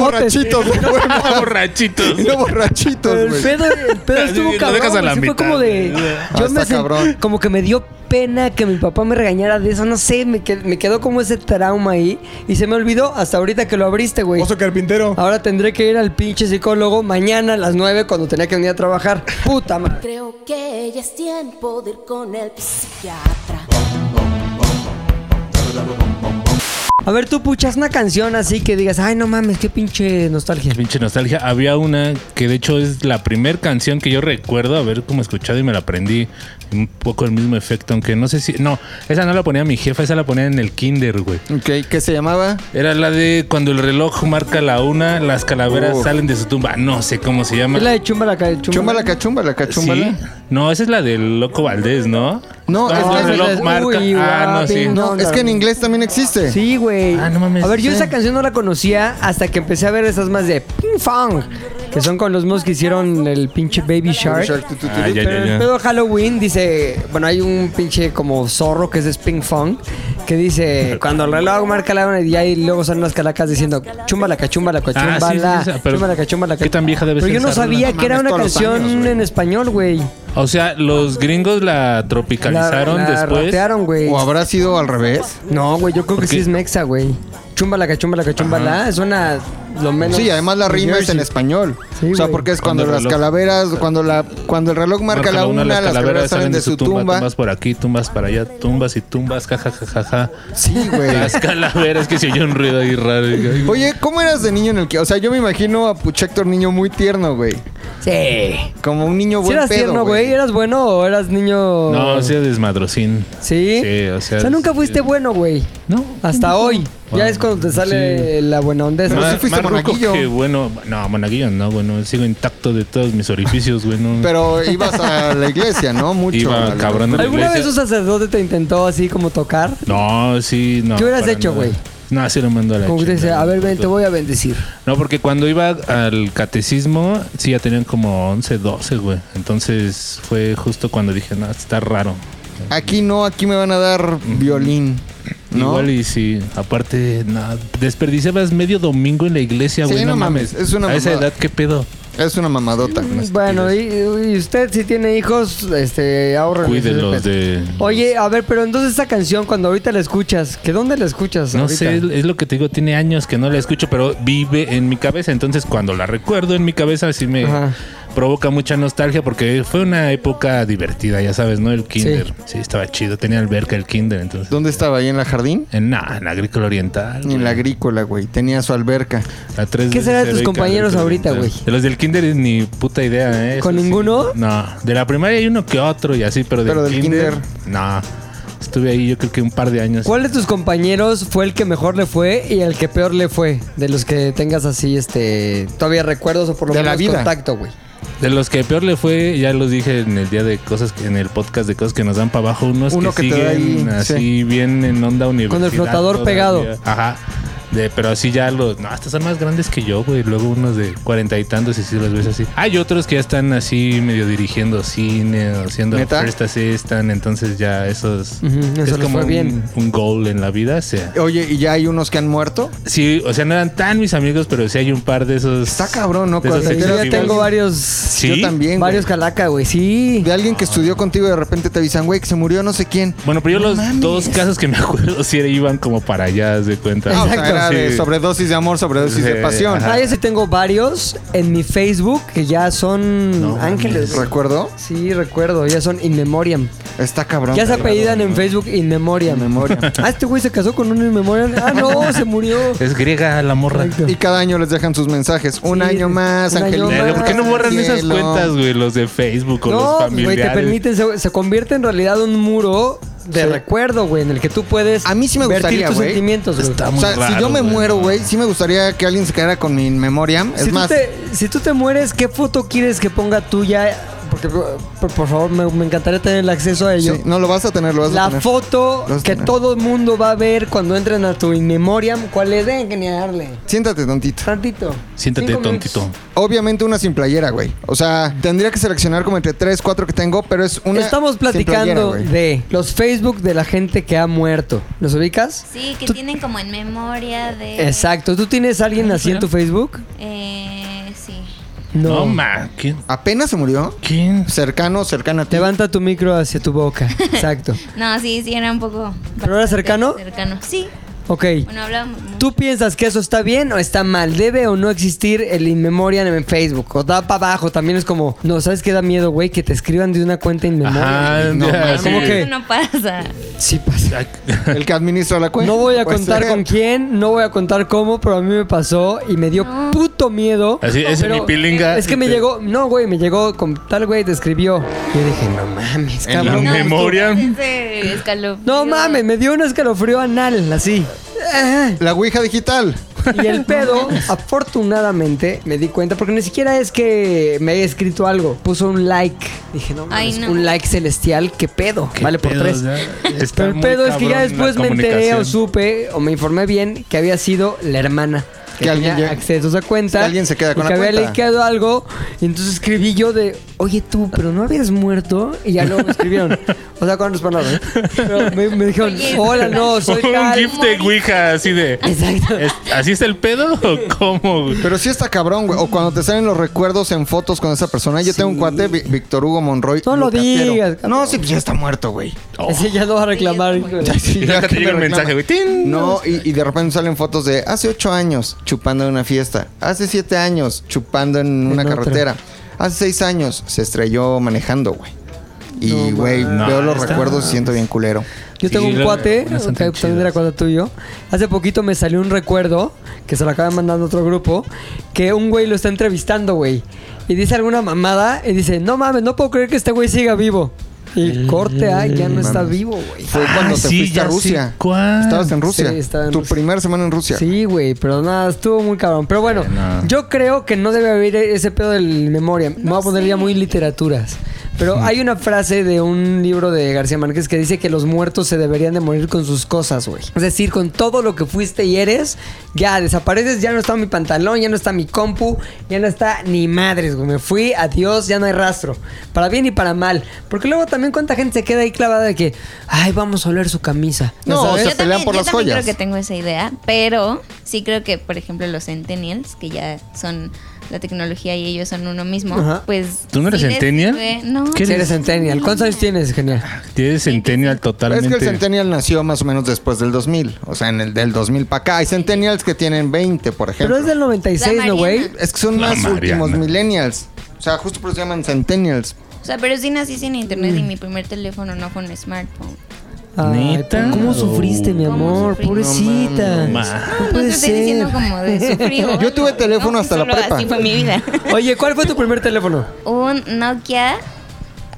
D: borrachitos de Puebla.
C: Borrachitos.
D: Y no borrachitos,
A: Pero el
D: pues, güey.
A: pedo, el pedo
C: Así
A: estuvo
C: lo
A: cabrón.
C: dejas a
A: güey.
C: la
A: Sí Fue
C: mitad.
A: como de.
D: Ah,
A: Yo
D: está
A: me sent-
D: cabrón.
A: Como que me dio pena que mi papá me regañara de eso. No sé, me, qued- me quedó como ese trauma ahí. Y se me olvidó hasta ahorita que lo abriste, güey. Ah.
B: Oso carpintero.
A: Ahora tendré que ir al pinche psicólogo mañana a las 9 cuando tenía que venir a trabajar. Puta madre.
E: Creo que ya es tiempo de ir con el psiquiatra.
A: A ver, tú puchas una canción así que digas, ay, no mames, qué pinche nostalgia.
C: Pinche nostalgia. Había una que de hecho es la primer canción que yo recuerdo haber como escuchado y me la aprendí. Un poco el mismo efecto, aunque no sé si. No, esa no la ponía mi jefa, esa la ponía en el kinder, güey.
D: Ok, ¿qué se llamaba?
C: Era la de cuando el reloj marca la una, las calaveras
D: Uf.
C: salen de su tumba. No sé cómo se llama.
A: Es la de chumba la Ca- Chumba
D: Chumbala cachumbala cachumbala.
C: ¿Sí? No, esa es la del Loco Valdés, ¿no?
D: No,
C: Ah,
D: es que
C: el
D: esa
C: reloj
A: es-
C: marca.
A: Uy,
C: ah, no, sí.
A: guapi.
D: No,
A: No,
D: es
A: no.
D: que en inglés también existe.
A: Sí, güey.
C: Ah, no mames.
A: A ver, yo
C: Sí.
A: esa canción no la conocía hasta que empecé a ver esas más de Ping Fong, que son con los mismos que hicieron el pinche Baby Shark.
D: Shark, tu, tu, tu,
C: Ah,
D: tu.
C: ya,
A: Pero en el pedo Halloween dice, bueno, hay un pinche como zorro que es de Ping Fong, que dice, cuando el reloj marca la una y ahí luego salen las calacas diciendo, chumba la cachumba la
C: Ah,
A: cachumba
C: sí, sí,
A: la,
C: sí, pero
A: chumba la cachumba la
C: ¿qué tan vieja debe
A: Pero
C: ser
A: yo no
C: esa rola?
A: sabía
D: No
A: que era
D: mames,
A: una
D: todos los
A: canción
D: años, güey.
A: en español, güey.
C: O sea, los gringos la
A: La,
C: tropicalizaron
A: la
C: después.
A: ratearon, güey.
D: ¿O habrá sido al revés?
A: No, güey, yo creo que
C: ¿Por qué?
A: sí es mexa, güey. Chumba la cachumba la cachumba la, Ah, suena lo menos.
D: Sí, además la
A: New
D: rima es en
A: Jersey.
D: español.
A: Sí,
D: o sea,
A: güey.
D: porque es
C: Cuando
D: cuando,
C: el
D: las
C: reloj-
D: calaveras, cuando la cuando el reloj marca, la una, las calaveras salen de su tumba.
C: Tumbas por aquí, tumbas para allá, tumbas y tumbas, jajajajaja.
D: Sí, güey.
C: Las calaveras, que se oyó un ruido ahí raro.
D: Oye, ¿cómo eras de niño en el que? O sea, yo me imagino a Puchector niño muy tierno, güey.
A: Sí.
D: Como un niño
A: Si
D: buen
A: eras
D: pedo,
A: tierno, güey, ¿eras bueno o eras niño...?
C: No, o sea, desmadrocín.
A: ¿Sí?
C: Sí, o sea,
A: nunca
C: sí.
A: fuiste bueno, güey.
C: No.
A: Hasta hoy.
C: Bueno,
A: ya es cuando te sale la buena onda. esa.
D: Pero sí
C: Más,
D: fuiste
C: más ruco
D: monaguillo.
C: que bueno. No, monaguillo no, bueno. Sigo intacto de todos mis orificios, güey. no.
D: Pero ibas a la iglesia, ¿no? Mucho.
C: Iba
D: a la-
C: cabrón.
A: ¿Alguna
C: iglesia.
A: vez un sacerdote te intentó así como tocar?
C: No, sí, no.
A: ¿Qué hubieras
C: para
A: hecho,
C: nada.
A: güey?
C: No, sí lo mando a la
A: Como que te decía,
C: chingada.
A: a ver, ven, te voy a bendecir.
C: No, porque cuando iba al catecismo, sí ya tenían como 11, 12, güey. Entonces fue justo cuando dije, no, está raro.
D: Aquí no, aquí me van a dar violín. ¿No?
C: Igual y sí, aparte, no, desperdiciabas medio domingo en la iglesia,
D: Sí,
C: güey.
D: no mames, es una
C: A esa
D: mamada.
C: edad, ¿qué pedo?
D: Es una mamadota.
A: Bueno, y, y usted si tiene hijos, este, ahorren.
C: Cuídenlos de.
A: Oye, a ver, pero entonces esa canción, cuando ahorita la escuchas, ¿que dónde la
D: pues
A: escuchas?
C: No
A: ahorita?
C: sé, es lo que te digo, tiene años que no la escucho, pero vive en mi cabeza. Entonces, cuando la recuerdo en mi cabeza, sí me
A: Ajá.
C: provoca mucha nostalgia porque fue una época divertida, ya sabes, ¿no? El kinder. Sí, estaba chido, tenía alberca el kinder, entonces.
D: ¿Dónde estaba? ¿Ahí en la jardín?
C: En, nah, en la agrícola oriental.
D: Ni en la agrícola, güey. Tenía su alberca.
C: La tres
A: ¿Qué
C: veces
A: será de tus
C: heroica
A: compañeros
C: del
A: ahorita,
C: kinder.
A: güey?
C: De los del kinder ni puta idea, ¿eh?
A: ¿Con
C: Eso
A: ninguno?
C: No, de la primaria hay uno que otro y así, pero del,
D: Pero del
C: kinder,
D: kinder.
C: No, estuve ahí yo creo que un par de años.
A: ¿Cuál de tus compañeros fue el que mejor le fue y el que peor le fue? De los que tengas así, este, todavía recuerdos o por lo
D: De la
A: menos
D: vida.
A: contacto, güey.
C: De los que peor le fue, ya los dije en el día de cosas, que- en el podcast de cosas que nos dan para abajo, unos
D: Uno
C: que,
D: que te da
C: siguen
D: ahí,
C: así
D: sí.
C: bien en onda universidad.
A: flotador pegado.
C: Ajá. De, pero así ya los... No, estos son más grandes que yo, güey. Luego unos de cuarenta y tantos y si los ves así. Hay otros que ya están así medio dirigiendo cine o haciendo
D: ¿Neta?
C: first assistant. Entonces ya esos...
A: Ujú, eso les
C: es como
A: fue
C: un,
A: bien.
C: un goal en la vida. O sea,
D: Oye, ¿y ya hay unos que han muerto?
C: sí, o sea, no eran tan mis amigos, pero sí hay un par de esos...
D: Está cabrón, ¿no?
C: de esos
A: Yo
D: Cuando te
A: ya
D: enteras
C: exhibidos.
A: tengo varios,
C: Sí.
D: Yo también, güey.
A: varios calaca, güey, sí.
D: De alguien que estudió contigo y de repente te avisan, güey, que se murió no sé quién.
C: Bueno, pero yo
D: No
C: los
D: mames.
C: dos casos que me acuerdo sí era- iban como para allá, haz de cuenta.
D: Ah, o sea, era
C: Sí.
D: de sobredosis de amor, sobredosis de
C: Sí,
D: pasión.
C: ajá.
A: Ah, yo sí tengo varios en mi Facebook que ya son
C: No,
A: ángeles, güey.
D: ¿Recuerdo?
A: Sí, recuerdo, ya son in memoriam.
D: Está cabrón.
A: Ya se
D: cabrón.
A: apellidan en Facebook in memoriam.
D: Memoria.
A: Ah, este güey se casó con un in memoriam. Ah, no, se murió.
C: Es griega la morra. Eh,
A: Exacto.
D: Y cada año les dejan sus mensajes. Un
A: Sí,
D: año más,
A: un año
D: Angelina.
A: más.
C: Verga, ¿Por qué no borran esas
D: Cielo.
C: cuentas, güey? Los de Facebook o
A: No,
C: los
A: pues, güey,
C: familiares.
A: te permiten, se, se convierte en realidad un muro de
D: Sí.
A: recuerdo, güey, en el que tú puedes
D: A mí sí me
A: vertir
D: gustaría,
A: tus
D: güey.
A: sentimientos, güey.
C: Está
D: O
C: muy
D: sea, si
C: raro,
D: yo me
C: güey.
D: muero, güey, sí me gustaría que alguien se quedara con mi memoria.
A: Si,
D: es
A: tú
D: más,
A: te, si tú te mueres, ¿qué foto quieres que ponga tuya? Porque, por, por favor, me, me encantaría tener el acceso a
D: sí,
A: ello.
D: no lo vas a tener, lo vas a
A: La
D: tener.
A: foto
D: Lo vas a
A: que
D: tener.
A: todo el mundo va a ver cuando entren a tu in memoriam, ¿cuál es? Dejen que ni darle.
D: Siéntate tantito.
A: Tantito.
C: Siéntate
A: Cinco minutos.
C: tontito.
D: Obviamente una sin playera, güey. O sea, tendría que seleccionar como entre tres, cuatro que tengo, pero es una
A: Estamos
D: sin playera,
A: platicando
D: güey.
A: de los Facebook de la gente que ha muerto. ¿Los ubicas?
F: Sí, que
A: Tú-
F: tienen como en memoria de.
A: Exacto. ¿Tú tienes a alguien así en tu Facebook?
F: Eh, sí.
C: No, ma. ¿Quién?
D: ¿Apenas se murió?
C: ¿Quién?
D: Cercano, cercana a ti.
A: Levanta tu micro hacia tu boca. Exacto.
F: No, sí, sí, era un poco.
A: ¿Pero era
F: bastante
A: cercano?
F: Cercano. Sí.
A: Ok.
F: Bueno, hablábamos. mucho.
A: ¿Tú piensas que eso está bien o está mal? ¿Debe o no existir el in memoriam en Facebook? O da para abajo. También es como, no, ¿sabes qué da miedo, güey? Que te escriban de una cuenta in memoriam.
C: Ajá,
D: No,
C: ya,
D: ma,
C: sí.
A: ¿cómo que?
F: Eso no pasa.
A: Sí pasa.
C: Ay,
D: El que administra la
C: Pues,
D: cuenta. Pues,
A: No voy a
D: Puede
A: contar
C: eh.
D: ser.
A: con quién, no voy a contar cómo, pero a mí me pasó y me dio puto miedo.
C: Así es,
A: Pero
C: mi pilinga.
A: Es que me llegó, no, güey, me llegó con tal güey, te escribió. Yo dije, no mames,
C: En la
A: cabrón.
C: memoria.
F: Ese escalofrío.
A: No mames, me dio un escalofrío anal, así. Ah.
D: La Ouija digital.
A: Y el pedo, afortunadamente, me di cuenta, porque ni siquiera es que me haya escrito algo. Puso un like. Dije, no, mames,
F: Ay, no.
A: un like celestial, qué pedo.
C: ¿Qué
A: vale por
C: pedo,
A: tres.
C: ya? Está
A: Pero el
C: muy
A: pedo es que ya
C: cabrón
A: después
C: la
A: me enteré o
C: comunicación.
A: supe o me informé bien que había sido la hermana. Que,
D: Que alguien
A: alguien
D: ya-
A: acceso a esa cuenta.
D: que alguien se queda
A: y
D: con
A: que
D: la
A: había
D: cuenta.
A: likeado algo. Y entonces escribí yo de, oye tú, pero no habías muerto. Y ya luego me escribieron. o sea, con otras palabras. Pero me, me dijeron,
F: Oye,
A: hola, no, soy
C: Un
A: tal.
C: gif de Ouija así de.
A: Exacto.
C: ¿Es- ¿Así está el pedo o cómo? güey?
D: Pero sí está cabrón, güey. O cuando te salen los recuerdos en fotos con esa persona. Yo tengo un cuate, Vi- Víctor Hugo Monroy.
A: No lo
D: Lucatero.
A: digas, cabrón.
D: No, sí, pues ya está muerto, güey.
C: Oh.
A: Ese ya lo va a reclamar. hijo de-
D: Sí,
C: Y
D: ya
C: nunca
D: que
C: te llega
D: me
C: el mensaje,
D: reclama.
C: güey. ¡Tin!
D: No, y, y de repente salen fotos de hace ocho años chupando en una fiesta, hace siete años chupando en una
A: otra.
D: carretera, hace seis años se elló manejando, güey. Y,
A: No,
D: güey,
C: man.
D: veo
C: No,
D: los
C: está-
D: recuerdos y siento bien culero.
A: Yo tengo
C: Sí,
A: un
C: la-
A: cuate,
C: unas
A: que
C: son tan
A: también era
C: chidas.
A: cuate tuyo. Hace poquito me salió un recuerdo que se lo acaba mandando otro grupo. Que un güey lo está entrevistando, güey. Y dice alguna mamada y dice: No mames, no puedo creer que este güey siga vivo. Y corte, ah, ya no está vivo, güey.
D: Fue cuando te
C: Ah, sí,
D: fuiste
C: ya
D: a
C: sé
D: Rusia.
C: cuál.
D: Estabas en Rusia.
A: Sí, estaba en
D: tu
A: Rusia.
D: primera semana en Rusia.
A: Sí, güey, pero nada, estuvo muy cabrón. Pero bueno,
C: no.
A: yo creo que no debe haber ese pedo del memoria. Me voy a poner ya muy literaturas. Pero hay una frase de un libro de García Márquez que dice que los muertos se deberían de morir con sus cosas, güey. Es decir, con todo lo que fuiste y eres, ya desapareces, ya no está mi pantalón, ya no está mi compu, ya no está ni madres, güey. Me fui, adiós, ya no hay rastro. Para bien y para mal. Porque luego también cuánta gente se queda ahí clavada de que, ay, vamos a oler su camisa.
D: No,
A: ¿sabes?
D: o sea,
F: yo también,
D: pelean por
F: yo
D: las
F: también
D: joyas.
F: creo que tengo esa idea, pero sí creo que, por ejemplo, los centennials, que ya son la tecnología y ellos son uno mismo,
A: Ajá.
F: pues...
C: ¿Tú no eres
F: sí les
C: centennial?
F: sirve. No.
C: ¿Qué
A: Si eres centennial. ¿Cuántos años tienes, genial?
C: Tienes Centennial totalmente.
D: Es que el Centennial nació más o menos después del 2000. O sea, en el del 2000 para acá. Hay Centennials que tienen 20, por ejemplo.
A: Pero es del 96,
F: La
A: ¿no, güey?
F: Mariana.
D: Es que son
C: La
D: más
C: Mariana.
D: últimos millennials. O sea, justo por eso se llaman Centennials.
F: O sea, pero sí nací sin internet y
A: Mm.
F: mi primer teléfono no fue un smartphone.
A: Ay,
C: Neta.
A: ¿Cómo sufriste, mi
F: ¿Cómo
A: amor?
F: sufrí?
A: Pobrecita.
C: No mames. Pues
F: No, no te
A: puede
F: estoy diciendo
A: ser.
F: como de sufrir. o
D: Yo tuve
F: algo,
D: teléfono
F: ¿no?
D: hasta la
F: Solo
D: prepa.
F: Así fue mi vida.
A: Oye, ¿cuál fue tu primer teléfono?
F: un Nokia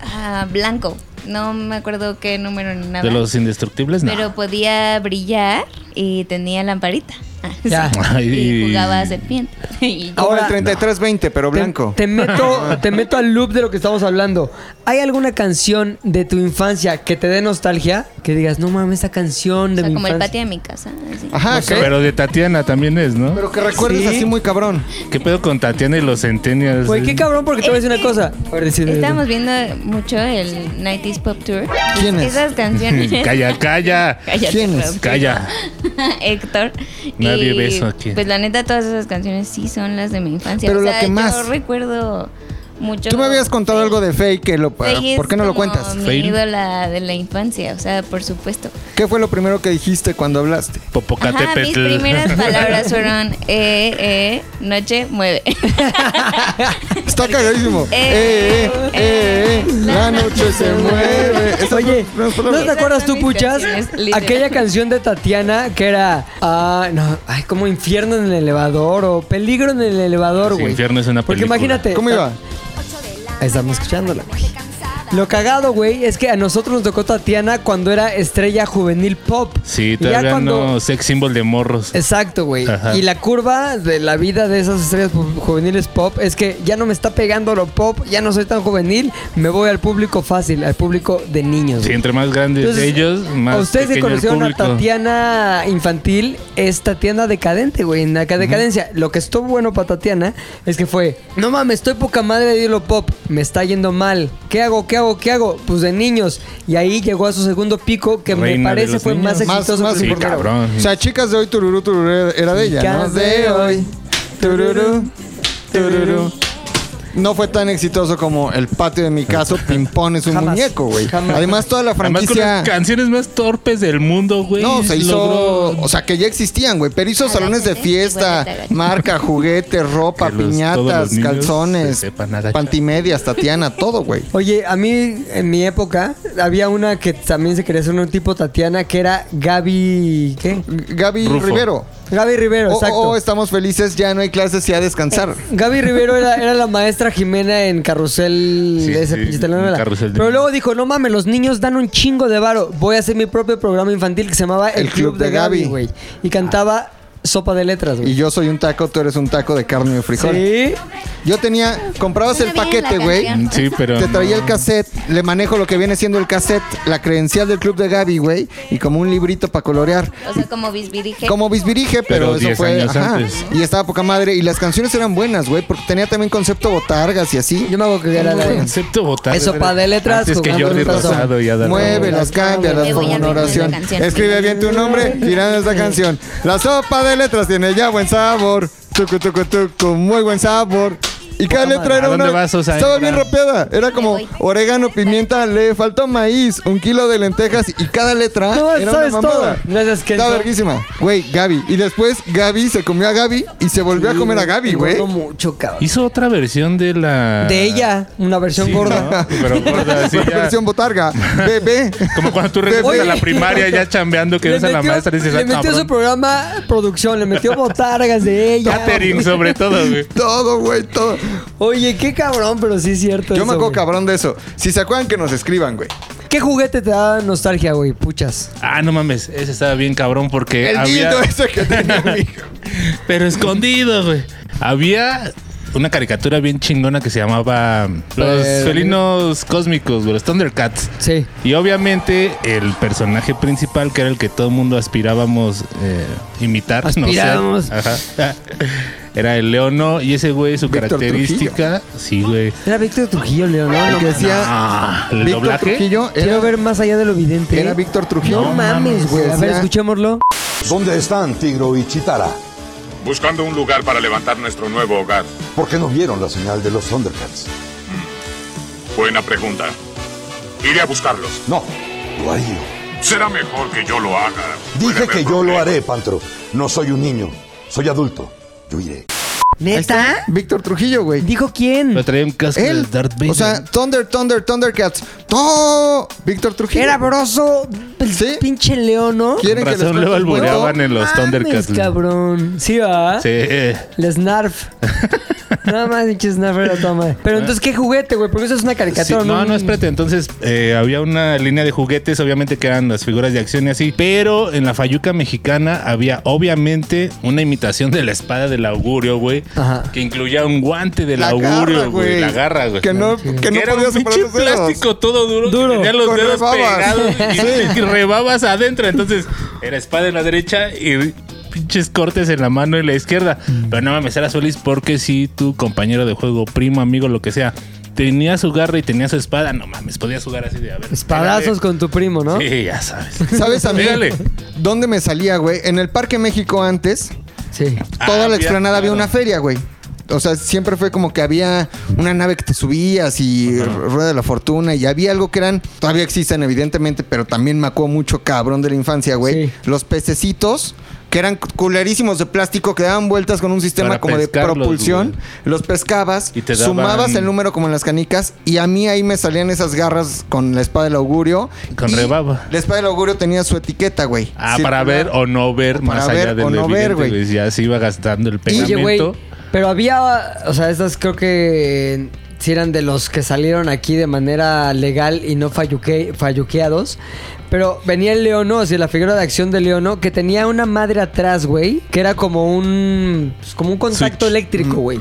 F: ah, blanco. No me acuerdo qué número ni nada.
C: De los indestructibles, no.
F: Pero pues, podía brillar y tenía lamparita. Ah,
A: Ya.
C: Ay,
F: y jugaba a serpiente. Y yo-
D: Ahora
A: Ahora-
D: el 3320, pero blanco.
A: Te, te meto, te meto al loop de lo que estamos hablando. ¿Hay alguna canción de tu infancia que te dé nostalgia? Que digas, no mames, esa canción
F: o
A: de
F: sea,
A: mi
F: como el patio
A: infancia.
F: de mi casa. así.
D: Ajá, que- pero,
C: Pero de Tatiana también es, ¿no?
D: que recuerdes
A: Sí.
D: así muy cabrón.
C: ¿Qué pedo con Tatiana y los Centennials?
A: Güey, qué cabrón, porque te voy a decir una cosa. A ver, decide.
F: Estábamos viendo mucho el 90s Pop Tour.
D: ¿Quién es?
F: Esas canciones.
C: calla, calla.
F: Cállate,
D: ¿Quién es?
F: Rob.
C: Calla.
F: Héctor.
C: Nadie
F: Y,
C: ve eso aquí.
F: Pues la neta, todas esas canciones sí son las de mi infancia.
D: Pero
F: o
D: la
F: sea,
D: que
F: Yo
D: más-
F: recuerdo mucho.
D: Tú me habías contado algo de Faye que lo...
F: Faye es
D: ¿Por qué no lo
F: como
D: cuentas?
F: Mi
C: Faye.
F: ídola de la infancia, o sea, por supuesto.
D: ¿Qué fue lo primero que dijiste cuando hablaste?
F: Ajá, mis
C: Popocatépetl.
F: primeras palabras fueron eh, eh, noche, mueve.
D: Está cagadísimo.
F: Eh,
D: Eh, eh, eh, eh, la noche se mueve. Esas
A: Oye,
D: fueron
A: ¿no
D: las palabras.
A: te
F: Esas
A: acuerdas
F: son
A: tú,
F: mis
A: Puchas?
F: canciones, literal.
A: Aquella canción de Tatiana que era. Ah, no, ay, como infierno en el elevador o peligro en el elevador,
C: Sí,
A: güey.
C: Infierno es una
A: Porque
C: película.
A: imagínate.
D: ¿Cómo iba?
A: Estamos escuchándola, güey. Lo cagado, güey, es que a nosotros nos tocó Tatiana cuando era estrella juvenil pop.
C: Sí,
A: Y
C: todavía no sex symbol de morros.
A: Exacto, güey.
C: Ajá.
A: Y la curva de la vida de esas estrellas pu- juveniles pop es que ya no me está pegando lo pop, ya no soy tan juvenil, me voy al público fácil, al público de niños.
C: Sí,
A: güey.
C: entre más grandes
A: Entonces,
C: ellos, más
A: a ustedes que
C: pequeño el
A: conocieron a
C: público.
A: Tatiana infantil, es Tatiana decadente, güey, en la ca- decadencia. Lo que estuvo bueno para Tatiana es que fue, no mames, estoy poca madre de lo pop, me está yendo mal. ¿Qué hago? ¿Qué hago? ¿Qué hago? Pues de niños. Y ahí llegó a su segundo pico que
C: Reina
A: me
C: de
A: parece
C: los
A: fue más
C: niños.
D: Más-
A: exitoso.
D: más
A: que el
C: Sí,
A: primero.
C: cabrón.
D: O sea, chicas de hoy, tururú, tururú, era de ella, ¿no?
A: Chicas de hoy,
D: tururú, tururú. No fue tan exitoso como El patio de mi casa, Pimpón es un
A: Jamás,
D: muñeco, güey.
A: jamás.
D: Además, toda la
C: Además, con
D: franquicia...
C: las canciones más torpes del mundo, güey.
D: No, se hizo...
C: logró-
D: O sea, que ya existían, güey. Pero hizo salones de
F: Agáchate, igual
D: fiesta,
F: que ¿eh? te agachas.
D: marca, juguetes, ropa,
C: Que los- todos los
D: piñatas,
C: niños
D: calzones,
C: se sepan agachar.
D: pantimedias, Tatiana, todo, güey.
A: Oye, a mí en mi época había una que también se quería hacer un tipo Tatiana que era Gaby. ¿Qué?
D: Gaby
C: Rufo.
D: Rivero.
A: Gaby Rivero,
D: Oh,
A: exacto.
D: oh, estamos felices, ya no hay clases y a descansar.
A: Gaby Rivero era, era la maestra Jimena en Carrusel
C: Sí,
A: de esa
C: sí,
A: pinche telenovela.
C: Carrusel de-
A: Pero luego dijo, no mames, los niños dan un chingo de varo. Voy a hacer mi propio programa infantil que se llamaba El, Club, de Gaby, güey. Y cantaba Sopa de Letras,
D: Y
A: güey.
D: yo soy un taco, tú eres un taco de carne y frijol.
A: Sí.
D: Yo tenía, comprabas el
F: Suena bien
D: paquete,
F: la
D: güey.
F: canción.
C: Sí, pero.
D: Te traía
C: no.
D: el cassette, le manejo lo que viene siendo el cassette, la credencial del club de Gaby, güey, y como un librito para colorear.
F: O sea, como bisbirige.
D: Como bisbirige, pero,
C: Pero
D: eso
C: 10
D: fue.
C: años
D: ajá.
C: antes.
D: Y estaba poca madre. Y las canciones eran buenas, güey, porque tenía también concepto botargas y así.
A: Yo me hago que era la de...
C: Concepto votar.
A: Eso, pa' de letras,
C: Antes que
A: jugando
C: Jordi
A: en un tazón.
C: Rosado y Adán
D: Mueve,
C: Ramones.
D: las cambia, las
F: Me voy
D: forma una
F: a arruinar la
D: oración.
F: canción.
D: Escribe bien tu nombre, girando esta canción. La sopa de letras tiene ya buen sabor. Tucu, tucu, tucu, muy buen sabor. Y cada letra era
C: ¿A
D: una.
C: dónde vas, Osa?
D: Estaba bien rapeada. Era como
F: voy.
D: orégano, pimienta, le faltó maíz, un kilo de lentejas y cada letra
A: No,
D: era una
A: sabes todo.
D: mamada.
A: Gracias, Kenzo.
D: Estaba verguísima. Güey, Gaby. Y después Gaby se comió a Gaby y se volvió a comer a Gaby, güey.
A: Engordo mucho, cabrón.
C: Hizo otra versión de la.
A: De ella, una versión
C: Ah. Sí,
A: gorda.
C: ¿no? Pero gorda, sí. ya.
D: Versión botarga. Bebé.
C: Como cuando tú regresas
A: Oye.
C: a la primaria ya chambeando que ves a la maestra y dices,
A: le
C: ah,
A: metió su
C: cabrón.
A: programa producción, le metió botargas de ella.
C: Catering, sobre todo, güey.
D: Todo, güey, todo.
A: Oye, qué cabrón, pero sí es cierto.
D: Yo
A: eso,
D: me acuerdo
A: güey.
D: cabrón de eso. Si se acuerdan que nos escriban, güey.
A: ¿Qué juguete te da nostalgia, güey? Puchas.
C: Ah, no mames, ese estaba bien cabrón porque
D: El
C: había...
D: dildo ese que tenía mi hijo.
C: Pero escondido, güey. Había una caricatura bien chingona que se llamaba mm, Los
A: Eh,
C: Felinos Cósmicos, güey, los Thundercats.
A: Sí.
C: Y obviamente el personaje principal, que era el que todo el mundo aspirábamos eh, imitar, no sé.
A: Aspirábamos.
C: Ajá. Era el leono y ese güey, su
D: Víctor
C: característica. Sí, güey.
A: Era Víctor Trujillo, León. No,
D: El que decía
C: Ah, el
D: Víctor
C: doblaje.
D: Trujillo
A: Quiero
D: era,
A: ver más allá de lo vidente.
D: era Víctor Trujillo.
A: No mames, güey. A ver,
D: decía-
A: escuchémoslo.
G: ¿Dónde están Tigro y Chitara? buscando un lugar para levantar nuestro nuevo hogar.
H: ¿Por qué no vieron la señal de los Thundercats?
G: Buena pregunta. Iré a buscarlos.
H: No, lo haría.
G: Será mejor que yo lo haga. Puede
H: Dije
G: haber
H: que yo lo
G: problemas.
H: haré, Pantro. No soy un niño, soy adulto. Yo iré.
D: está
A: ¿Neta?
D: Víctor Trujillo, güey.
A: ¿Dijo quién?
C: Pero traía un casco de
D: Él.
C: Darth Vader.
D: O sea, Thunder, Thunder, Thundercats. ¡Todo! Víctor Trujillo.
A: Era broso, el
D: Sí.
A: pinche león, ¿no?
D: ¿Quieren
C: Con
D: que les
C: razón luego
D: cuente un cuento?
C: albureaban en los
A: Mames,
C: Thundercats.
A: cabrón. Sí, va.
C: Sí. eh.
A: La Snarf. Nada más, pinche Snarf era toda madre. Pero entonces, ¿qué juguete, güey? Porque eso es una
C: Sí,
A: caricatura,
C: no,
A: Un-
C: no, espérate. Entonces eh, había una línea de juguetes, obviamente que eran las figuras de acción y así. Pero en la Fayuca mexicana había obviamente una imitación de la espada del augurio, güey.
A: Ajá.
C: Que incluía un guante del
D: La
C: augurio,
D: garra,
C: güey.
D: güey.
C: La garra, güey.
D: Que no, que no
C: era un
D: podía separar
C: pinche
D: los dedos.
C: plástico todo duro,
A: Ah, Duro.
C: que tenía los
D: Con
C: dedos
D: rebabas.
C: pegados y, y rebabas adentro. Entonces, era espada en la derecha y pinches cortes en la mano y la izquierda.
A: Mm.
C: Pero no mames, eras feliz porque si tu compañero de juego, primo, amigo, lo que sea, tenía su garra y tenía su espada, no mames, podías jugar así de a ver.
A: Espadazos con tu primo, ¿no?
C: Sí, ya sabes.
D: ¿Sabes a mí
C: Pégale.
D: dónde me salía, güey? En el Parque México antes,
A: Sí.
D: toda
C: Ah,
D: la
C: había-
D: explanada había
C: claro.
D: una feria, güey. O sea, siempre fue como que había una nave que te subías y Rueda de la Fortuna y había algo que eran, todavía existen evidentemente, pero también me acuerdo mucho cabrón de la infancia, güey.
A: Sí.
D: Los pececitos, que eran culerísimos de plástico, que daban vueltas con un sistema
C: Para
D: como de
C: pescarlos,
D: propulsión.
C: güey.
D: Los pescabas,
C: Y te daban-
D: sumabas el número como en las canicas y a mí ahí me salían esas garras con la espada del augurio.
C: Con
D: Y
C: rebaba.
D: La espada del augurio tenía su etiqueta, güey.
C: Ah, para ver o no ver
D: Ah, Para
C: más
D: ver
C: allá de
D: o
C: lo
D: no ver,
C: evidente,
D: güey.
C: güey. Ya se iba gastando el
A: Oye, güey,
C: pegamento.
A: pero había, o sea, estas creo que si eran de los que salieron aquí de manera legal y no falluque- falluqueados. Pero venía el Leono, o sea, la figura de acción de Leono, que tenía una madre atrás, güey, que era como un, pues, como un contacto
C: Switch. Mm.
A: eléctrico, güey.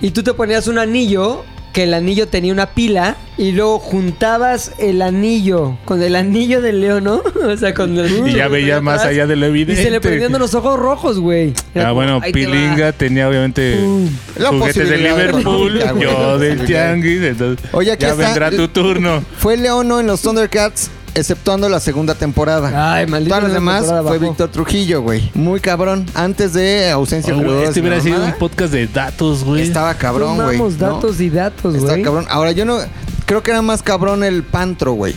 A: Y tú te ponías un anillo, que el anillo tenía una pila, y luego juntabas el anillo con el anillo del Leono, o sea, con el
C: Y ya veía más allá de lo
A: Y se le
C: evidente.
A: prendían los ojos rojos, güey. Era
C: Ah,
A: como,
C: bueno,
A: "Ahí te va".
C: Pilinga tenía obviamente
A: Pum.
D: La
C: juguetes de
D: posibilidad
C: Liverpool,
D: económica, güey, la
C: yo del
D: posibilidad.
C: Tianguis, entonces
D: Oye, aquí
C: ya
D: está-
C: vendrá tu turno.
D: Fue Leono en los Thundercats, exceptuando la segunda temporada.
A: Ay, maldito.
D: Todas las
A: no me
D: demás
A: acordaba,
D: fue
A: bajó.
D: Víctor Trujillo, güey. Muy cabrón. Antes de ausencia
C: Oh,
D: de
C: güey,
D: jugadores
C: este
D: y la
C: hubiera sido un
D: mamada,
C: podcast de datos, güey.
D: Estaba cabrón, güey.
A: Sumamos
D: ¿no?
A: datos y datos,
D: Estaba
A: güey.
D: cabrón. Ahora yo no. Creo que era más cabrón el Pantro, güey.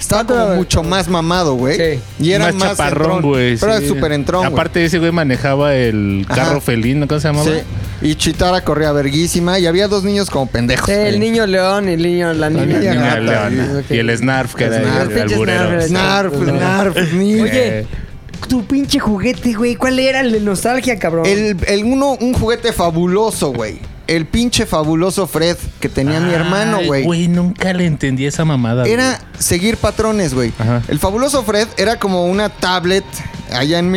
D: Estaba
A: Pantro,
D: como
A: güey.
D: mucho más mamado, güey.
A: Sí.
D: Y era más,
C: chaparrón,
D: entrón.
C: güey.
D: Pero
C: sí.
D: era súper entrón, güey.
C: Aparte, ese güey manejaba el
D: Ajá.
C: carro felino, ¿cómo se llamaba?
D: Sí. Y Chitara corría verguísima. Y había dos niños como pendejos.
A: Sí, el niño león y el niño la
C: La
A: niña.
C: niña
D: gata,
C: leona.
A: ok.
C: Y el Snarf, que
D: El
C: era
D: Snarf,
C: el,
A: pinche
C: alburero.
A: Snarf.
D: Snarf, Snarf, niño.
A: Oye, tu pinche juguete, güey. ¿Cuál era el de nostalgia, cabrón?
D: El, el uno, un juguete fabuloso, güey. El pinche fabuloso Fred que tenía mi hermano,
C: Ay,
D: güey.
C: Güey, nunca le entendí esa mamada. güey.
D: Era seguir patrones, güey.
C: Ajá.
D: El fabuloso Fred era como una tablet allá en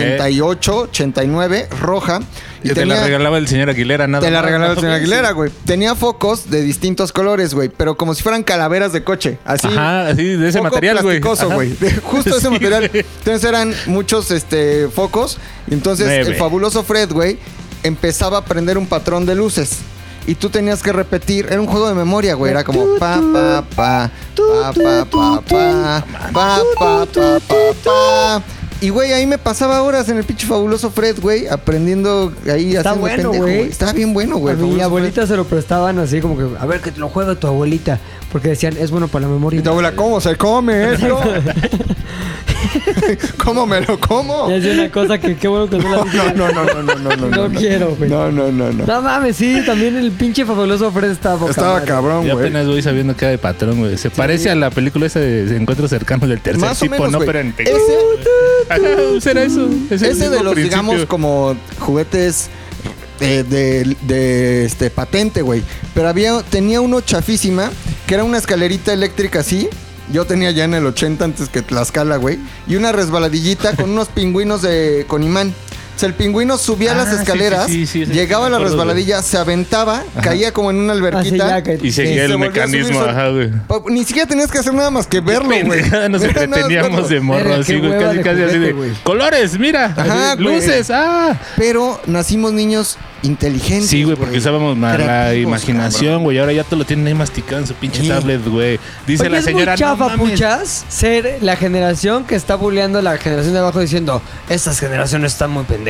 D: 1988, 89, roja.
C: Y te la
D: tenía-
C: regalaba el señor Aguilera, nada
D: Te la
C: más,
D: regalaba
C: ¿no?
D: el señor Aguilera, güey. Tenía focos de distintos colores, güey. Pero como si fueran calaveras de coche. Así.
C: Ajá, así, de ese
D: Foco
C: material, güey.
D: plasticoso,
C: Ajá.
D: güey. Justo ese
C: Sí,
D: material.
C: güey.
D: Entonces eran muchos este, focos. Entonces
C: Nueve.
D: el fabuloso Fred, güey, empezaba a prender un patrón de luces. Y tú tenías que repetir. Era un juego de memoria, güey. Era como pa, pa, pa, pa, pa, pa, pa, pa, pa, pa, pa, pa. Y, güey, ahí me pasaba horas en el pinche fabuloso Fred, güey, aprendiendo ahí
A: Está
D: haciendo
A: bueno,
D: pendejo,
A: güey.
D: güey. Estaba bien bueno, güey.
A: a
D: el
A: mi
D: Fabuloso Fred.
A: abuelita se lo prestaban así como que, a ver, que te lo juega tu abuelita. Porque decían, es bueno para la memoria.
D: Y tu abuela, ¿cómo se come esto? ¿Cómo me lo como?
A: Y es una cosa que qué bueno que no la dije.
D: No, no, no, no, no, no, no.
A: No quiero, güey.
D: No, no, no, no.
A: No mames, sí, también el pinche fabuloso Fred estaba boca
D: Estaba
A: madre.
D: cabrón,
C: Yo
D: güey.
C: apenas voy sabiendo que era de patrón, güey. Se parece a la película esa de Encuentros Cercanos del Tercer
D: Más o
C: Tipo,
D: menos,
C: ¿no?
D: güey.
C: Pero en
D: Ese-
C: Ajá, será eso. Es el
D: Ese
C: mismo
D: de los,
C: principio.
D: digamos, como juguetes de, de- de, este, patente, güey. Pero había, tenía uno chafísima, que era una escalerita eléctrica así. Yo tenía ya en el 80 antes que Tlaxcala, güey. Y una resbaladillita con unos pingüinos de, con imán. O sea, el pingüino subía
C: Ah,
D: las
C: sí, sí,
D: escaleras,
C: sí, sí, sí,
D: llegaba a la
C: me acuerdo,
D: resbaladilla, se aventaba, caía como en una
A: Así
D: alberquita.
A: ya que...
C: Y
D: Sí,
C: seguía
D: se
C: el
D: volvió a
C: mecanismo,
D: subir sol-
C: ajá, güey.
D: Pa- Ni siquiera tenías que hacer nada más que verlo, güey.
C: Pendejada, nos
D: Era nada más verlo.
C: entreteníamos de morro
A: Verga,
C: así,
A: qué
C: güey.
A: hueva
C: Casi,
A: de
C: casi así
A: juguete,
C: de.
A: güey.
C: ¡Colores! ¡Mira!
D: Ajá,
C: así,
D: güey.
C: ¡Luces! ¡Ah!
D: Pero nacimos niños inteligentes.
C: Sí, güey, porque usábamos más la
D: Creativos,
C: imaginación, güey. Ahora ya te lo tienen ahí masticado en su pinche
D: Sí.
C: tablet, güey. Dice
A: Oye,
C: la
A: es
C: señora.
A: muy chafa,
C: "No mames".
A: puchas, ser la generación que está bulleando a la generación de abajo diciendo, estas generaciones están muy pendejas.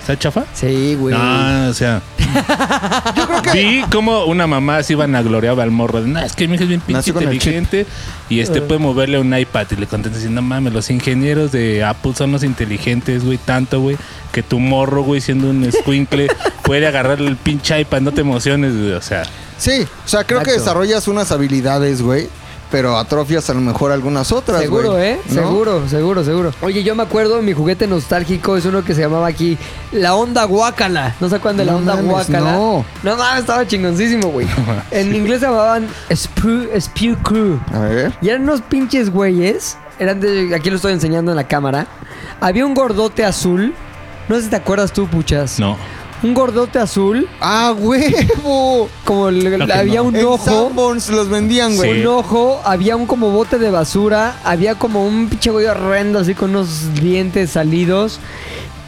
C: Están ¿Está chafa?
A: Sí, güey.
C: No, Ah, o sea. Vi como una mamá así vanagloriaba al morro. de, "Nah, es que mi hijo es bien pinche
D: Nació con el chip".
C: inteligente y
A: Ah.
C: este puede moverle un iPad. Y le contesta así, no mames, los ingenieros de Apple son los inteligentes, güey, tanto, güey, que tu morro, güey, siendo un squinkle, puede agarrarle el pinche iPad. No te emociones, güey. O sea,
D: Sí, o sea, creo que
A: Exacto.
D: desarrollas unas habilidades, güey, pero atrofias a lo mejor algunas otras, güey.
A: Seguro, ¿eh?
D: ¿No?
A: Seguro, seguro, seguro. Oye, yo me acuerdo, mi juguete nostálgico es uno que se llamaba aquí la onda guácala. ¿No se acuerdan de la
D: No
A: onda
D: mames,
A: guácala?
D: no.
A: No mames, estaba chingoncísimo, güey. En inglés se llamaban Spew, Spew Crew.
D: A ver.
A: Y eran unos pinches güeyes. Eran de. Aquí lo estoy enseñando en la cámara. Había un gordote azul. No sé si te acuerdas tú, puchas.
C: no.
A: Un gordote azul.
D: ¡Ah, huevo!
A: Como el-
C: Creo que
A: había
C: no.
A: un
D: En
A: ojo.
D: Sanborns los vendían, güey.
C: Sí.
A: Un ojo, había un como bote de basura, había como un pinche güey horrendo así con unos dientes salidos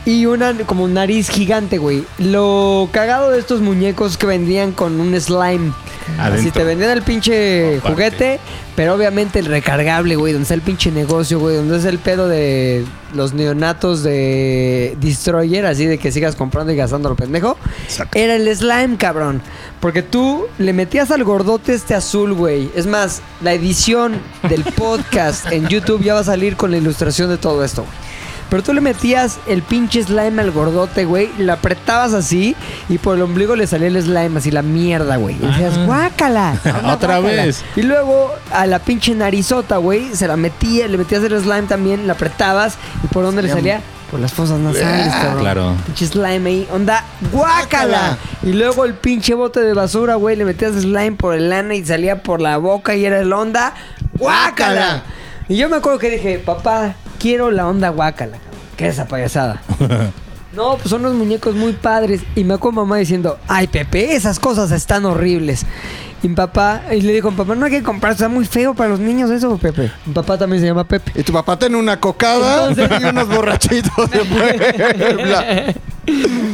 A: y una como nariz gigante, güey. Lo cagado de estos muñecos que vendían con un slime. Así
C: Adentro.
A: te vendían el pinche
C: Aparte.
A: juguete, pero obviamente el recargable, güey, donde está el pinche negocio, güey, donde es el pedo de los neonatos de Destroyer, así de que sigas comprando y gastando lo pendejo. Era el slime, cabrón. Porque tú le metías al gordote este azul, güey. Es más, la edición del podcast en YouTube ya va a salir con la ilustración de todo esto, güey. Pero tú le metías el pinche slime al gordote, güey. La apretabas así y por el ombligo le salía el slime, así la mierda, güey. Y decías, guácala. anda,
C: Otra
A: guácala".
C: vez.
A: Y luego a la pinche narizota, güey, se la metía, le metías el slime también, la apretabas. ¿Y por dónde le salía? Por las fosas nasales, cabrón.
C: Claro.
A: Pinche slime ahí, onda, guácala.
D: Guácala.
A: Y luego el pinche bote de basura, güey, le metías slime por el lana y salía por la boca y era el onda, guácala.
D: Guácala.
A: Y yo me acuerdo que dije, papá, quiero la onda guácala, cabrón. ¿Qué es esa payasada? No, pues son unos muñecos muy padres. Y me acuerdo mamá diciendo, ay Pepe, esas cosas están horribles. Y mi papá, y le dijo, papá, no hay que comprar, está muy feo para los niños eso, Pepe. Mi papá también se llama Pepe.
D: Y tu papá tiene una cocada y unos borrachitos de Puebla.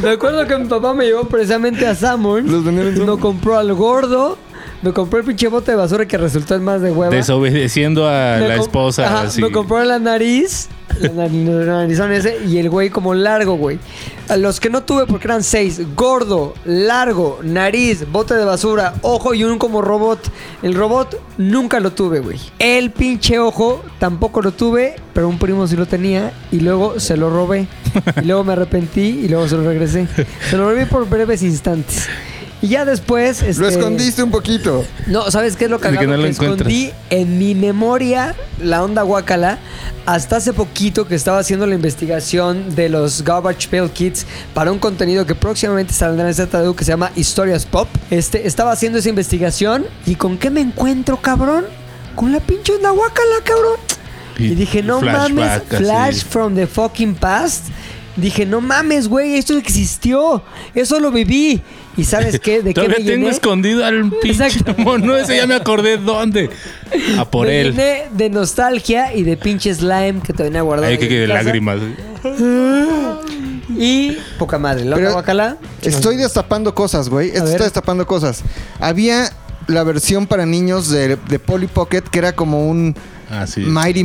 A: Me acuerdo que mi papá me llevó precisamente a Samurns.
D: Los vendían en
A: Me
D: Sanborns.
A: compró al gordo. Me compró el pinche bote de basura que resultó en más de hueva.
C: Desobedeciendo a
A: Me
C: la
A: com-
C: esposa.
A: Ajá,
C: así.
A: Me compró la nariz. La nar- narizón ese. Y el güey como largo, güey. A los que no tuve porque eran seis. Gordo, largo, nariz, bote de basura, ojo y un como robot. El robot nunca lo tuve, güey. El pinche ojo tampoco lo tuve, pero un primo sí lo tenía. Y luego se lo robé. Y luego me arrepentí y luego se lo regresé. Se lo robé por breves instantes. Y ya después...
D: Lo
A: este,
D: escondiste un poquito.
A: no, ¿sabes qué es lo
C: que
A: cagado? que
C: no lo
A: escondí en mi memoria la onda guacala hasta hace poquito que estaba haciendo la investigación de los Garbage Pail Kids para un contenido que próximamente saldrá en ZDU que se llama Historias Pop. Este, estaba haciendo esa investigación y ¿con qué me encuentro, cabrón? Con la pinche onda guacala, cabrón. Y, dije, no
C: flashback,
A: mames,
C: así.
A: Flash from the fucking past. Dije, no mames, güey, esto existió. Eso lo viví. ¿Y sabes qué? ¿De qué me
C: Todavía tengo
A: llené?
C: escondido al pinche
A: Exacto.
C: mono ese, ya me acordé dónde. A por
A: Me
C: él.
A: llené de nostalgia y de pinche slime que te venía guardado.
C: Ay,
A: ahí
C: que,
A: en
C: que
A: casa.
C: lágrimas.
A: Y poca madre. La
D: Pero-
A: guacala.
D: Estoy destapando cosas, güey. Esto
A: ver.
D: está destapando cosas. Había la versión para niños de, de Polly Pocket que era como un
C: Así.
D: Mighty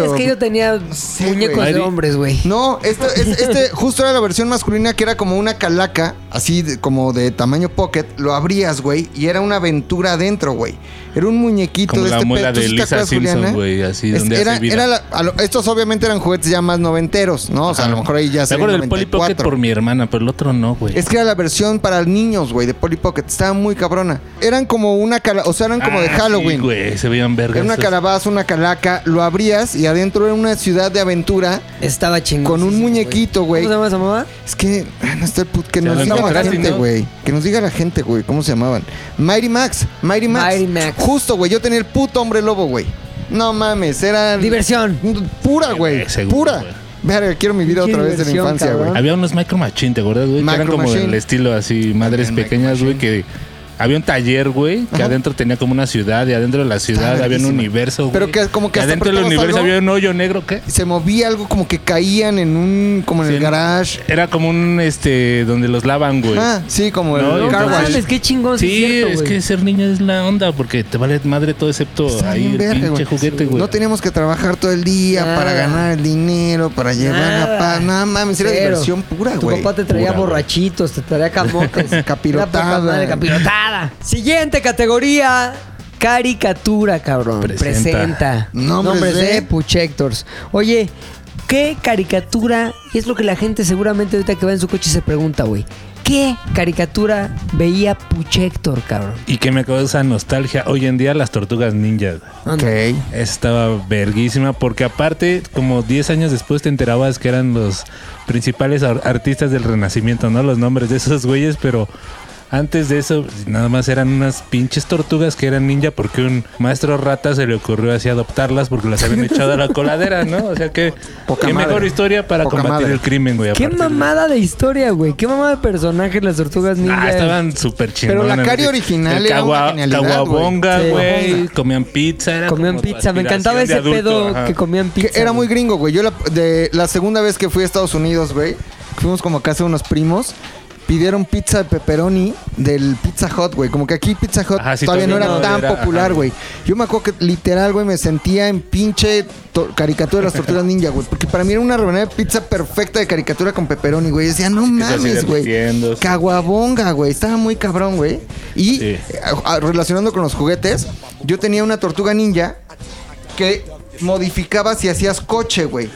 A: Es
D: o-
A: que yo tenía
D: sé,
A: muñecos
C: güey.
A: de hombres, güey.
D: No, este, es- este justo era la versión masculina que era como una calaca, así de- como de tamaño pocket. Lo abrías, güey, y era una aventura adentro, güey. Era un muñequito
C: Como
D: de
C: la
D: este
C: mula
D: pedo. ¿Tú
C: de
D: sí te
C: Lisa
D: acuerdas,
C: Simpson,
D: Juliana?
C: güey, así
D: Es-
C: donde
D: era-
C: hace vida.
D: era la- a lo- estos obviamente eran juguetes ya más noventeros, ¿no? O sea, a lo mejor ahí ya
C: Me
D: se
C: acuerdo del Polly Pocket por mi hermana, pero el otro no, güey.
D: Es que era la versión para niños, güey, de Polly Pocket. Estaba muy cabrona. Eran como una cala... O sea, eran como de
C: Ah, sí,
D: Halloween.
C: güey, se veían vergas.
D: era una
C: esos.
D: calabaza, una calaca. Lo abrías y adentro era una ciudad de aventura
A: Estaba chingón.
D: con un muñequito, güey.
A: ¿Cómo se llama esa mamá?
D: Es que... ah, no está el put- Que
C: Se
D: nos
C: lo
D: diga la
C: encontraste,
D: gente,
C: ¿no?
D: güey. Que nos diga la gente, güey. ¿Cómo se llamaban? Mighty Max. Mighty Max.
A: Mighty Max.
D: Justo, güey. Yo tenía el puto hombre lobo, güey. No mames. Era...
A: Diversión.
D: Pura, güey.
C: güey, seguro,
D: Pura.
C: güey.
D: Verga, quiero mi vida
A: Qué
D: otra vez de la
A: diversión,
D: infancia,
A: cabrón.
D: güey.
C: Había unos Micro Machine, ¿te acuerdas, güey? Que eran
D: Micro
C: como
D: Machine.
C: del estilo así, madres
D: También Micro
C: pequeñas, güey, que Había un taller, güey, que adentro tenía como una ciudad y adentro de la ciudad había un
D: verguísima.
C: universo, güey.
D: Pero que como que
C: Y
D: hasta
C: adentro del
D: apretabas
C: universo
D: algo.
C: había un hoyo negro, ¿qué?
D: Se movía algo como que caían en un. como en
C: Sí,
D: el
C: no.
D: garage.
C: Era como un, este, donde los lavan, güey.
D: Ah, sí, como
C: No,
D: el
C: y
D: car
C: entonces-
D: wash.
A: mames, qué chingón.
C: Sí,
A: cierto,
C: es
A: güey.
C: que ser niño es la onda, porque te vale madre todo excepto
D: Está
C: ahí
D: bien
C: el
D: verga,
C: pinche
D: güey.
C: juguete, güey.
D: No teníamos que trabajar todo el día
A: Nada.
D: para ganar el dinero, para llevar
A: Ah. Nada.
D: la paz. Nada mames, era
A: Cero.
D: diversión pura,
A: Tu
D: güey.
A: papá te traía
C: Pura, güey.
A: borrachitos, te traía camotes, Era
D: Capirotada.
A: poca madre, capirotada. Siguiente categoría. Caricatura, cabrón. Presenta.
C: Presenta.
D: Nombres
A: Nombres de,
D: de
A: Puchectors. Oye, ¿qué caricatura? Y es lo que la gente seguramente ahorita que va en su coche se pregunta, güey. ¿Qué caricatura veía Puchector, cabrón?
C: Y que me causa nostalgia hoy en día las tortugas ninjas. güey.
A: Anda.
D: Ok.
C: Estaba verguísima porque aparte como 10 años después te enterabas que eran los principales ar- artistas del Renacimiento, ¿no? Los nombres de esos güeyes, pero antes de eso nada más eran unas pinches tortugas que eran ninja porque un maestro rata se le ocurrió así adoptarlas porque las habían echado a la coladera, ¿no? O sea que
D: Poca
C: qué
D: madre.
C: mejor historia para
D: Poca
C: combatir
D: madre.
C: el crimen, güey.
A: Qué
C: aparte de-
A: mamada de historia, güey. Qué mamada de personajes las tortugas ninja.
C: Ah, estaban súper chingones.
D: Pero la cari original era una genialidad, güey.
C: Caguabonga,
A: Sí.
C: güey.
A: Caguabonga.
C: Comían pizza. Era
A: Comían
C: como tu
A: pizza. Me
C: aspiración
A: encantaba
C: de
A: ese
C: adulto,
A: pedo
C: ajá.
A: que comían
D: Que
A: pizza.
D: era
A: güey.
D: muy gringo, güey. Yo la, de, la segunda vez que fui a Estados Unidos, güey, fuimos como a casa de unos primos. Pidieron pizza de pepperoni del Pizza Hut, güey. Como que aquí Pizza Hut
C: Ajá, sí,
D: todavía no era
C: todavía no
D: tan
C: era,
D: popular,
C: ajá.
D: güey. Yo me acuerdo que literal, güey, me sentía en pinche to- caricatura de las tortugas ninja, güey. Porque para mí era una rebanada de pizza perfecta de caricatura con pepperoni, güey. Decía, no
C: te hacía
D: mames, güey.
C: derritiendo, sí.
D: Caguabonga, güey. Estaba muy cabrón, güey. Y
C: Sí.
D: eh, a- a- relacionando con los juguetes, yo tenía una tortuga ninja que modificabas y hacías coche, güey.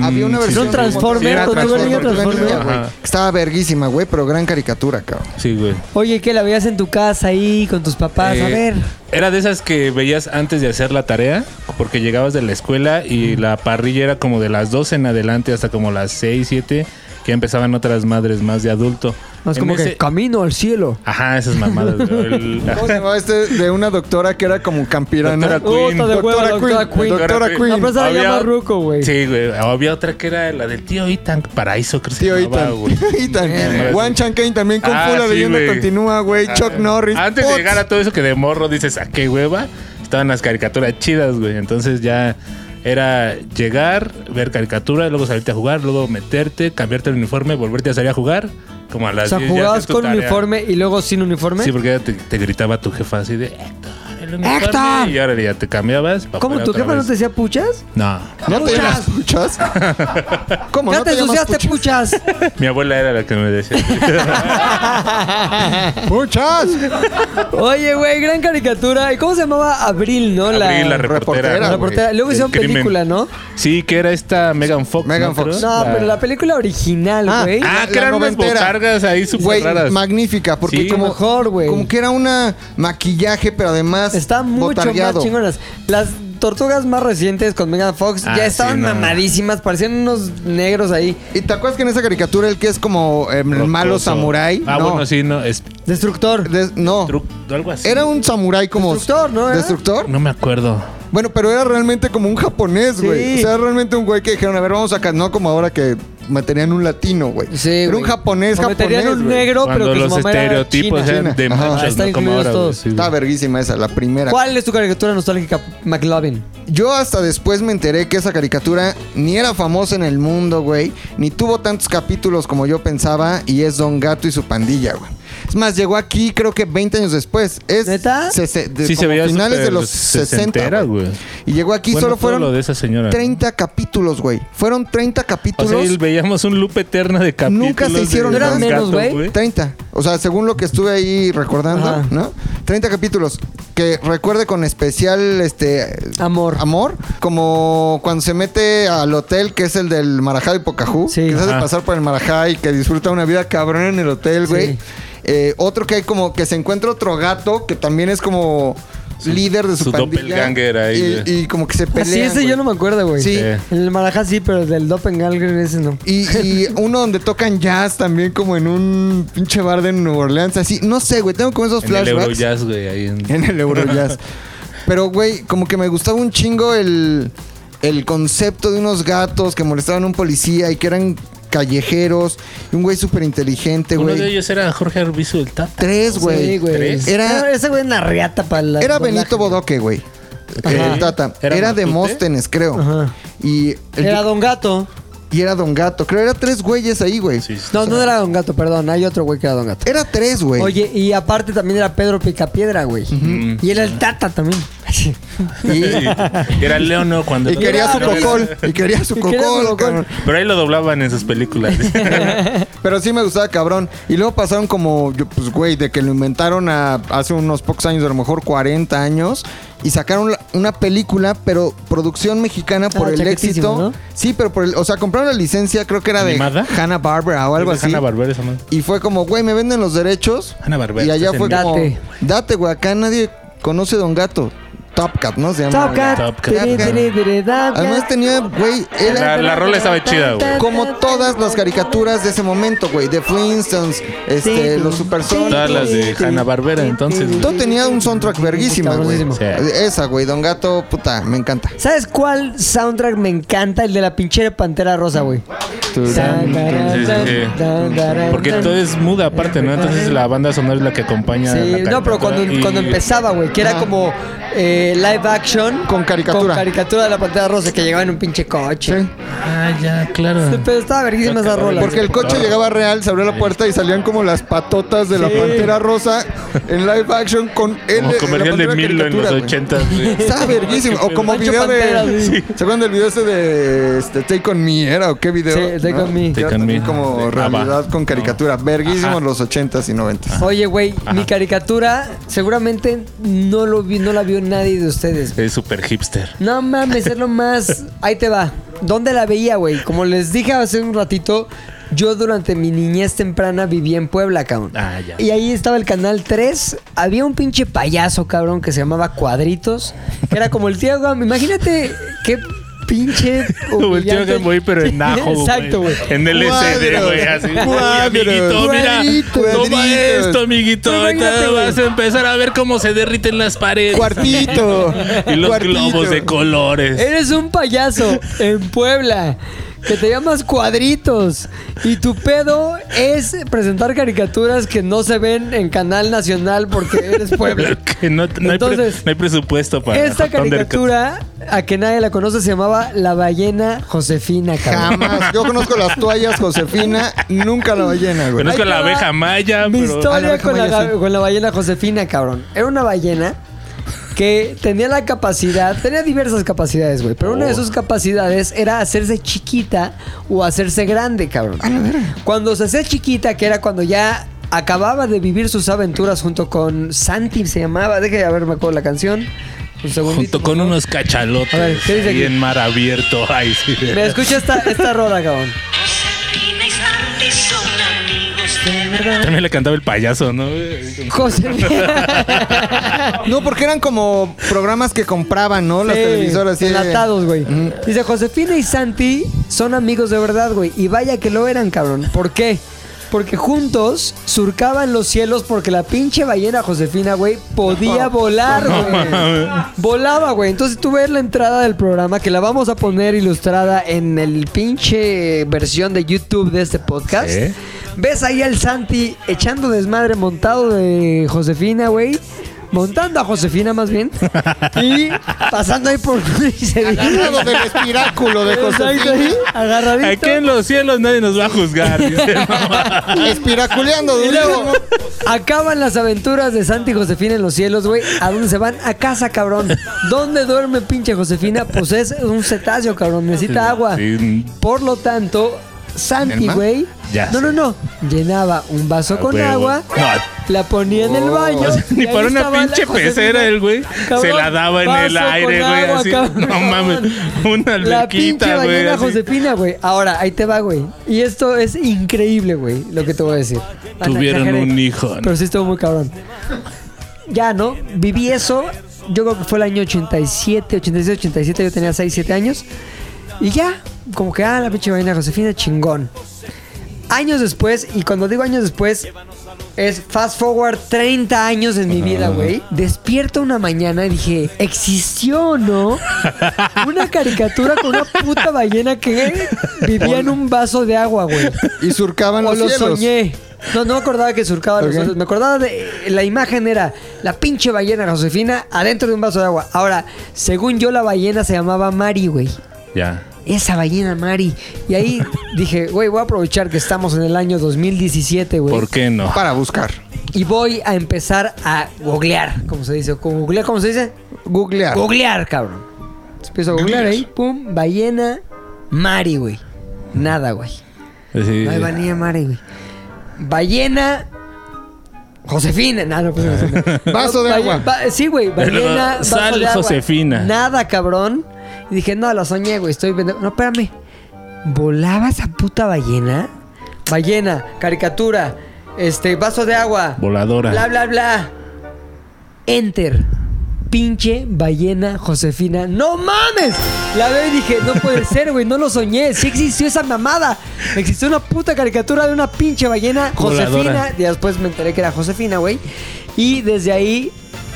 D: Había una
C: Mm, sí,
D: versión.
A: Son Transformers,
D: Era
A: Tortuga Ninja,
C: Transformers.
D: güey.
C: Ajá.
D: Estaba verguísima, güey, pero gran caricatura, cabrón.
C: Sí, güey.
A: Oye, ¿qué la veías en tu casa ahí con tus papás?
C: Eh,
A: a ver.
C: Era de esas que veías antes de hacer la tarea, porque llegabas de la escuela y la parrilla era como de las 12 en adelante hasta como las 6, 7, que empezaban otras madres más de adulto.
A: No, es
C: En
A: como
C: ese-
A: que camino al cielo.
C: Ajá, esas mamadas. güey. El-
D: ¿Cómo se llamaba este de una doctora que era como campirana?
C: Doctora Queen.
A: Oh, está de hueva, doctora Queen.
D: Doctora
C: Doctora
D: Queen.
A: No, pero esa la
C: Había-
A: llama Ruco, güey.
C: Sí, güey. Había otra que era la del tío Itan Paraíso, creo que se
D: Tío
C: llamaba,
D: Ethan.
C: Ah, güey.
D: Ethan.
C: Verga.
D: Juan Chankane también con
C: Ah,
D: full la
C: sí,
D: leyenda
C: güey. Ah.
D: continúa, güey. Chuck Norris.
C: Antes
D: Putz.
C: de llegar a todo eso que de morro dices, ¿a qué hueva? Estaban las caricaturas chidas, güey. Entonces ya era llegar, ver caricatura, luego salirte a jugar, luego meterte, cambiarte el uniforme, volverte a salir a jugar. Como a las
A: O sea,
C: 10 ya
A: jugabas
C: hacías tu
A: con
C: tarea.
A: uniforme y luego sin uniforme.
C: Sí, porque ya te, te gritaba tu jefa así de, Héctor, el uniforme.
A: ¡Héctor!
C: Y ahora ya te cambiabas. para
A: ¿Cómo?
C: poner
A: ¿Tu
C: otra
A: jefa no
C: vez.
A: te decía puchas?
C: No.
D: ¿No te llamas
A: Puchas.
D: puchas? ¿Cómo?
A: ¿Ya
D: ¿No
A: te
D: llamas
A: ensuciaste puchas?
C: Mi abuela era la que me decía.
D: puchas?
A: Oye, güey, gran caricatura. ¿Y cómo se llamaba? Abril, ¿no?
C: Abril, la reportera.
A: la
D: reportera, güey.
A: reportera. Luego
C: Del
A: hicieron
C: crimen.
A: película, ¿no?
C: Sí, que era esta Megan Fox.
D: Megan Fox.
C: Creo.
A: No, pero la película original,
D: Ah,
A: güey.
C: Ah,
D: La-
C: que
D: la
C: eran unas
D: noventera.
C: botargas ahí súper
D: Güey,
C: raras.
D: magnífica, porque
C: Sí,
D: como,
A: mejor, güey.
D: como que era una maquillaje, pero además
A: Está mucho
D: botargueado.
A: más chingonas. Las tortugas más recientes con Megan Fox
C: Ah,
A: ya
C: sí,
A: estaban
C: no.
A: mamadísimas, parecían unos negros ahí.
D: ¿Y te acuerdas que en esa caricatura el que es como eh, el malo
C: Rocoso.
D: samurái?
C: Ah,
D: no.
C: bueno, sí, no. Es
A: Destructor.
D: De- no.
C: tru- algo así.
D: Era un samurái como...
A: Destructor, ¿no era?
D: ¿Destructor?
C: No me acuerdo.
D: Bueno, pero era realmente como un japonés,
A: Sí.
D: güey. O sea, era realmente un güey que dijeron, a ver, vamos acá. No como ahora que meterían un latino, güey.
A: Sí,
D: era
A: güey.
D: un japonés,
A: O meterían
D: japonés,
A: un
D: güey.
A: negro, pero
C: Cuando
A: que su
C: los
A: mamá era
C: estereotipos
A: china.
C: eran de
D: China. Ajá.
C: machos,
A: Están
C: no como
A: incluidos
C: ahora. güey,
A: todos.
C: sí, güey.
D: Está verguísima esa, la primera.
A: ¿Cuál es tu caricatura nostálgica, McLovin?
D: Yo hasta después me enteré que esa caricatura ni era famosa en el mundo, güey, ni tuvo tantos capítulos como yo pensaba y es Don Gato y su pandilla, güey. Es más, llegó aquí creo que 20 años después. Es
A: ¿Neta?
D: sese- de-
C: Sí, se
D: como
C: veía
D: finales de
C: súper
D: los 60.
C: sesentera,
D: güey.
C: güey.
D: Y llegó aquí,
C: Bueno,
D: solo
C: todo
D: fueron
C: lo de esa señora.
D: 30 capítulos, güey. Fueron 30
C: O
D: capítulos.
C: sea, y veíamos un loop eterno de capítulos.
D: Nunca se hicieron
C: de
D: ¿No eran
C: Don
A: menos,
C: Gato,
A: güey?
D: 30. O sea, según lo que estuve ahí recordando,
A: Ajá.
D: ¿no? 30 capítulos. Que recuerde con especial este
A: Amor.
D: Amor. Como cuando se mete al hotel que es el del Marajá y Pocahú.
A: Sí.
D: Que se hace
C: Ajá.
D: pasar por el Marajá y que disfruta una vida cabrón en el hotel,
A: Sí.
D: güey. Eh, otro que hay como que se encuentra otro gato que también es como líder de su,
C: su
D: pandilla.
C: doppelganger ahí,
D: Y-
C: güey.
D: Y, como que se pelean.
A: Así ese
D: güey.
A: yo no me acuerdo, güey.
D: Sí.
A: En el Marajá sí, pero del Doppelganger ese no.
D: Y, y uno donde tocan jazz también, como en un pinche bar de Nueva Orleans, así. No sé, güey, tengo como esos
C: En el
D: flashbacks. Este,
C: Eurojazz, güey. ahí en-
D: En el Eurojazz. Pero, güey, como que me gustaba un chingo el, el concepto de unos gatos que molestaban a un policía y que eran callejeros, y un güey súper inteligente,
C: Uno de
D: güey.
C: ellos era Jorge Arbizu del Tata.
D: Tres, güey.
A: Sí,
C: ¿Tres?
D: Era-
A: Era, ese güey es una riata para la.
D: Era
A: doblaje.
D: Benito Bodoque, güey. El Tata.
C: ¿Era
D: Era,
C: Matute?
D: Demóstenes, creo.
A: Ajá.
D: Y, el-
A: Era Don Gato.
D: y era Don Gato. Creo era tres güeyes ahí, güey.
C: Sí, sí.
A: No, no era Don Gato, perdón. Hay otro güey que era Don Gato.
D: Era tres, güey.
A: Oye, y aparte también era Pedro Picapiedra, güey. Y era el Tata también.
D: Y,
C: Y era Leono cuando...
D: y quería su
C: Pero-
D: cocol. Y quería su
A: Y quería su
D: cocol,
A: cocol.
D: cabrón.
C: Pero ahí lo doblaban en sus películas.
D: Pero sí me gustaba, cabrón. Y luego pasaron como, yo, pues, güey, de que lo inventaron a- hace unos pocos años, a lo mejor 40 años, y sacaron la- una película, pero producción mexicana por
A: Ah,
D: el
A: chaquetísimo,
D: éxito.
A: ¿no?
D: Sí, pero por el, o sea, compraron la licencia, creo que era
C: ¿Animada?
D: de Hanna Barbera o algo así.
C: Hanna Barbera, esa madre.
D: y fue como, güey, me venden los derechos.
C: Hanna-Barbera,
D: Y allá
C: estás
D: fue
C: en-
D: como,
A: Date.
D: date, güey, acá nadie conoce a Don Gato. Top Cat, ¿no? Se llama.
A: Top Cat.
C: Top Cat.
A: Tere, tere, tere, da,
D: Además tenía, güey, era
C: La, la rola estaba chida, güey.
D: como todas las caricaturas de ese momento, güey. De Flintstones, este,
A: Sí.
D: los Supersónicos.
C: Todas las de Hanna-Barbera, entonces. güey.
D: Todo tenía un soundtrack verguísima, güey.
A: Cabronísimo.
C: Sí.
D: Esa, güey. Don Gato, puta, me encanta.
A: ¿Sabes cuál soundtrack me encanta? El de la pinchera Pantera Rosa, güey.
C: Sí, sí, sí. Porque todo es muda aparte, ¿no? Entonces la banda sonora es la que acompaña.
A: Sí,
C: a la
A: no, pero
C: caricatura
A: cuando,
C: y-
A: cuando empezaba, güey, que era
D: Ajá.
A: como eh, live action.
D: Con caricatura.
A: Con caricatura de la pantalla rosa que llegaba en un pinche coche.
D: Sí.
C: Ah, ya, claro.
A: Pero estaba verguísima esa rola.
D: Porque el coche llegaba real, se abrió la puerta y salían como las patotas de la pantera rosa en live action con él.
C: Como comercial de Milo en los 80.
D: Está verguísimo. O como
A: Pancho
D: video
A: Pantera,
D: de.
A: sí.
D: ¿Se acuerdan del video ese de este, Take on Me? ¿Era o qué video?
A: Sí, Take On Me.
D: Era
C: Take on
D: también
C: Me.
D: Como
C: De
D: realidad
C: ABBA.
D: con caricatura. Verguísimo en los 80s y 90s.
A: Oye, güey, mi caricatura seguramente no, lo vi, no la vio nadie de ustedes. güey.
C: Es súper hipster.
A: No mames, es lo más. Ahí te va. ¿Dónde la veía, güey? Como les dije hace un ratito, yo durante mi niñez temprana vivía en Puebla, cabrón.
C: Ah, ya.
A: Y ahí estaba el canal 3. Había un pinche payaso, cabrón, que se llamaba Cuadritos. Que era como el tío Gam. Imagínate qué pinche.
C: Como el tío
A: humillante-
C: Game Boy, pero en ajo.
A: Exacto, güey.
C: En LCD, güey. Así.
D: Cuadros.
C: Uy, amiguito, mira.
D: Cuadritos.
C: Toma esto, amiguito.
A: Pero
C: Ahorita
A: imagínate, güey.
C: vas a empezar a ver cómo se derriten las paredes.
D: Cuartito.
C: Y los
D: Cuartito.
C: globos de colores.
A: Eres un payaso en Puebla que te llamas Cuadritos y tu pedo es presentar caricaturas que no se ven en Canal Nacional porque eres Puebla.
C: Que no, no hay pre-
A: Entonces,
C: no hay presupuesto para.
A: Esta
C: Thundercats.
A: caricatura, a que nadie la conoce, se llamaba La ballena Josefina, cabrón.
D: Jamás. Yo conozco las toallas, Josefina. Nunca la ballena, güey.
C: Conozco
A: Ahí
C: la
A: te va.
C: abeja maya,
A: Mi
C: pero.
D: Ah, la
A: historia
D: abeja
A: con la,
D: maya, sí.
A: con la ballena Josefina, cabrón. Era una ballena que tenía la capacidad, tenía diversas capacidades, güey, pero una
D: Oh.
A: de sus capacidades era hacerse chiquita o hacerse grande, cabrón. Cuando se hacía chiquita, que era cuando ya acababa de vivir sus aventuras junto con Santi, se llamaba, déjame a ver, me acuerdo la canción. Un segundito.
C: Junto con unos cachalotes.
A: A ver, ¿qué dice
C: ahí
A: aquí?
C: en mar abierto. Ay, sí.
A: Me escucha esta, esta rola, cabrón.
C: También le cantaba el payaso, ¿no?
A: Josefina.
D: No, porque eran como programas que compraban, ¿no? Las
A: Sí,
D: televisoras. así de-
A: Enlatados, güey.
D: Ujú.
A: Dice, Josefina y Santi son amigos de verdad, güey. Y vaya que lo eran, cabrón. ¿Por qué? Porque juntos surcaban los cielos porque la pinche ballena Josefina, güey, podía volar, güey. Volaba, güey. Entonces tú ves la entrada del programa que la vamos a poner ilustrada en el pinche versión de YouTube de este podcast.
C: Sí.
A: Ves ahí al Santi echando desmadre montado de Josefina, güey. Montando a Josefina más bien. Y pasando ahí por Luis
D: Agarrado del espiráculo de
A: Exacto,
D: Josefina.
A: ahí, agarradito.
C: Aquí en los cielos nadie nos va a juzgar. dice, ¿no?
D: Espiraculeando de
A: Y
D: un
A: luego
D: lado.
A: acaban las aventuras de Santi y Josefina en los cielos, güey. ¿A dónde se van? A casa, cabrón. ¿Dónde duerme pinche Josefina? Pues es un cetáceo, cabrón. Necesita agua.
C: Sí.
A: Por lo tanto,
D: ¿En el
A: Santi,
D: mar?
A: güey.
C: Ya
A: No,
C: sé. Ah,
A: no, no. Llenaba un vaso con
C: Huevo.
A: agua.
C: No, Oh.
A: La ponía en el baño.
C: o sea,
A: y ahí
C: ni para una
A: estaba la
C: pinche
A: Josefina.
C: pecera el güey. Se
A: Cabrón,
C: la daba en el
A: vaso con
C: aire, güey.
A: agua,
C: así.
A: cabrón.
C: No mames. Una
A: La pinche
C: alberquita, güey.
A: ballena
C: así.
A: Josefina, güey. Ahora, ahí te va, güey. Y esto es increíble, güey, lo que te voy a decir. Ana,
C: Tuvieron
A: exageré,
C: un hijo, ¿no?
A: Pero sí estuvo muy cabrón. Ya, ¿no? Viví eso. Yo creo que fue el año 87, 86, 87. Yo tenía 6, 7 años. Y ya, como que, ah, la pinche ballena Josefina, chingón. Años después, y cuando digo años después, Es fast forward 30 años en mi vida, güey. Despierto una mañana y dije, ¿existió o no? Una caricatura con una puta ballena que vivía en un vaso de agua, güey.
D: Y surcaban
A: O
D: los
A: lo
D: cielos.
A: soñé. No, no me acordaba que surcaba los
D: Ok.
A: cielos. Me acordaba de. La imagen era la pinche ballena Josefina adentro de un vaso de agua. Ahora, según yo, la ballena se llamaba Mari, güey.
C: Ya.
A: Esa ballena Mari. Y ahí dije, güey, voy a aprovechar que estamos en el año 2017, güey.
C: ¿Por qué no?
D: Para buscar.
A: Y voy a empezar a googlear, como se dice. ¿Cómo googlear? ¿Cómo se dice?
C: Ah.
D: Googlear.
A: Googlear, cabrón. Entonces empiezo a googlear ahí. Pum, ballena Mari, güey. Nada, güey.
C: Sí.
A: Pues, No hay ballena Mari, güey. Ballena. Josefina, nada, no, pues, Josefina.
D: Vaso de
A: Ba-
D: agua.
A: ba- sí, güey, ballena. vaso
C: Sal
A: de agua.
C: Josefina.
A: Nada, cabrón. Y dije, no, la soñé, güey, estoy pendejo. No, espérame. ¿Volaba esa puta ballena? Ballena, caricatura, este, vaso de agua.
C: Voladora.
A: Bla, bla, bla. Enter. Pinche ballena Josefina. ¡No mames! La veo y dije, no puede ser, güey, no lo soñé. Sí existió esa mamada. Existió una puta caricatura de una pinche ballena Josefina.
C: Voladora.
A: Y después me enteré que era Josefina, güey. Y desde ahí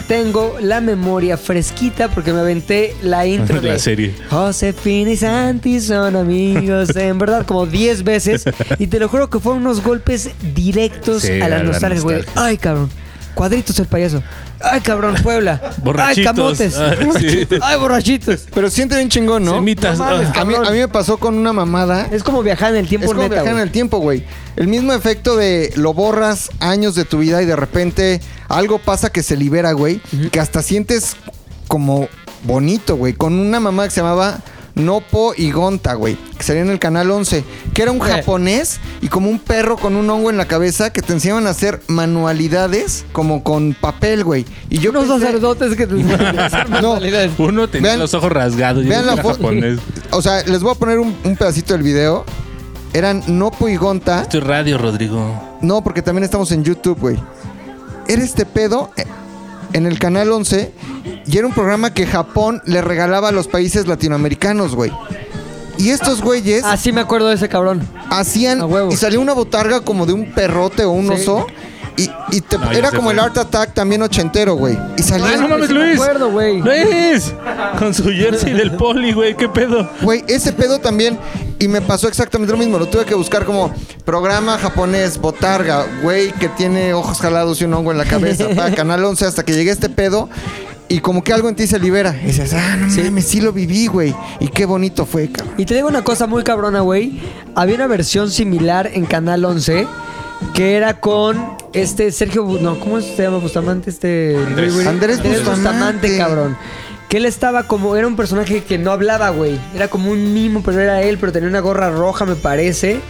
A: tengo la memoria fresquita porque me aventé la intro de
C: La serie.
A: Josefina y Santi son amigos, en verdad, como 10 veces. Y te lo juro que fueron unos golpes directos
C: Sí,
A: a la,
C: a la
A: nostalgia, güey.
C: nostalgia.
A: Ay, cabrón. Cuadritos el payaso. Ay, cabrón, Puebla. Ay,
C: Borrachitos.
A: camotes.
C: Ah, sí.
A: Ay, borrachitos.
D: Pero siente bien chingón, ¿no?
C: Semitas.
A: No mames,
C: ah.
D: A mí, a mí me pasó con una mamada.
A: Es como viajar en el tiempo
D: Es como
A: neta,
D: viajar en
A: güey.
D: el tiempo, güey. El mismo efecto de lo borras años de tu vida y de repente algo pasa que se libera, güey. Que hasta sientes como bonito, güey. Con una mamá que se llamaba Nopo y Gonta, güey. Que salía en el canal 11. Que era un
A: Sí.
D: japonés y como un perro con un hongo en la cabeza que te enseñaban a hacer manualidades como con papel, güey. Y yo
A: Unos
D: pensé-
A: sacerdotes que te
D: No,
C: Uno tenía
D: Vean-
C: los ojos rasgados. yo
D: Vean
C: creo
D: la
C: que era
D: foto.
C: japonés.
D: O sea, les voy a poner un, un pedacito del video. Eran Nopo y Gonta.
C: Esto es radio, Rodrigo.
D: No, porque también estamos en YouTube, güey. Era este pedo eh, en el canal 11 y era un programa que Japón le regalaba a los países latinoamericanos, güey. Y estos güeyes
A: Así me acuerdo de ese cabrón.
D: hacían
A: Ah, a huevo.
D: y salió una botarga como de un perrote o un
A: Sí.
D: oso y, y te-
C: No, ya
D: era
C: se
D: como el
C: fue.
D: Art Attack también ochentero, güey. Y
C: Ah,
D: salía,
C: no mames,
A: sí me
C: Luis.
A: acuerdo, güey.
C: Luis. Con su jersey del poli, güey. ¿Qué pedo?
D: güey, ese pedo también y me pasó exactamente lo mismo. Lo tuve que buscar como programa japonés botarga, güey que tiene ojos jalados y un hongo en la cabeza, pa, canal 11 hasta que llegué a este pedo. Y como que algo en ti se libera. Y dices, ah, no mames, sí lo viví, güey. Y qué bonito fue, cabrón.
A: Y te digo una cosa muy cabrona, güey. Había una versión similar en Canal 11 que era con este Sergio, Bu- no, ¿cómo se llama Bustamante? Este
C: Andrés.
D: Andrés Bustamante.
A: cabrón. Que él estaba como, era un personaje que no hablaba, güey. Era como un mimo, pero era él, pero tenía una gorra roja, me parece.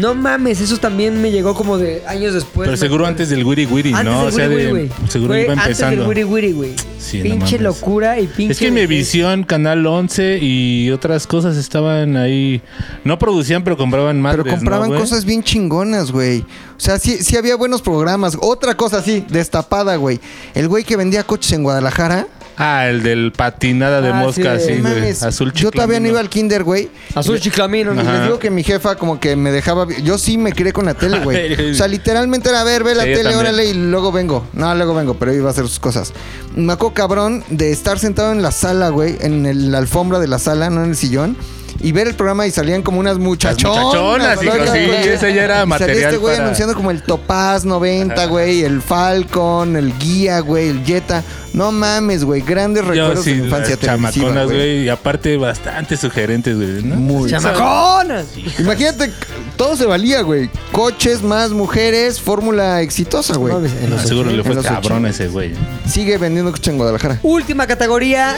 A: No mames, eso también me llegó como de años después. Pues
C: Pero
A: me
C: seguro
A: acuerdo.
C: antes del Wiri Wiri,
A: Antes
C: ¿no?
A: del
C: o sea,
A: Wiri
C: de-
A: Wiri, güey.
C: seguro
A: Fue
C: iba
A: antes del
C: empezando.
A: Wiri Wiri, güey.
C: Sí, no
A: pinche
C: mames.
A: locura y pinche.
C: Es que en mi visión, Canal 11 y otras cosas estaban ahí. No producían, pero compraban más.
D: Pero compraban cosas bien chingonas, güey. O sea, sí, sí había buenos programas. Otra cosa así, destapada, güey. El güey que vendía coches en Guadalajara.
C: Ah, el del patinada de
A: Ah,
C: mosca,
A: sí,
C: sí,
D: no
C: güey.
D: mames,
C: Azul
D: Yo todavía no
C: chiclamino.
D: iba al kinder, güey.
A: Azul chiclamino,
D: Y les digo que mi jefa como que me dejaba... Yo sí me crié con la tele, güey. O sea, literalmente era, a ver, ve la
C: Sí, yo
D: tele,
C: también.
D: órale, y luego vengo. No, luego vengo, pero iba a hacer sus cosas. Me acuerdo, cabrón, de estar sentado en la sala, güey. En el- la alfombra de la sala, no en el sillón. Y ver el programa y salían como unas muchachonas.
C: muchachonas, hijo,
D: locas,
C: sí,
D: güey.
C: ese ya era
D: Y salía
C: material
D: este güey
C: para-
D: anunciando como el Topaz 90, güey. El Falcon, el Guía, güey. El Jetta. No mames, güey. Grandes
C: Yo
D: recuerdos
C: sí,
D: de la infancia
C: las chamaconas,
D: televisiva, güey.
C: güey. Y aparte, bastante sugerentes, güey, ¿no?
D: Muy
A: ¡Chamaconas!
D: Imagínate, todo se valía, güey. Coches, más mujeres, fórmula exitosa, güey.
A: No, en
C: Ah,
A: los
C: seguro le
D: en
C: fue
D: los
C: cabrón ese, güey.
D: Sigue vendiendo coches en Guadalajara.
A: Última categoría.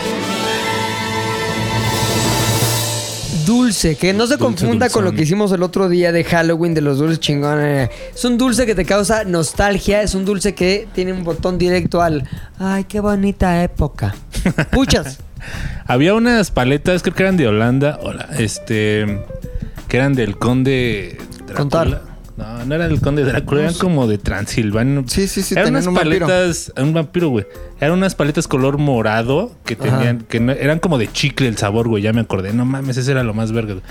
A: Dulce, que no se
C: Dulce,
A: confunda con lo
C: dulzón.
A: que hicimos el otro día de Halloween de los dulces chingones. Es un dulce que te causa nostalgia, es un dulce que tiene un botón directo al ay, qué bonita época. Puchas.
C: Había unas paletas, creo que eran de Holanda, hola, este, que eran del conde Drácula.
A: Contar.
C: No, no era del conde Drácula, eran como de Transilvania.
D: Sí, sí, sí,
C: Eran
D: tenían
C: unas
D: un vampiro.
C: paletas, un vampiro, güey. Eran unas paletas color morado que tenían, que no- eran como de chicle el sabor, güey, ya me acordé. No mames, ese era lo más verga. güey.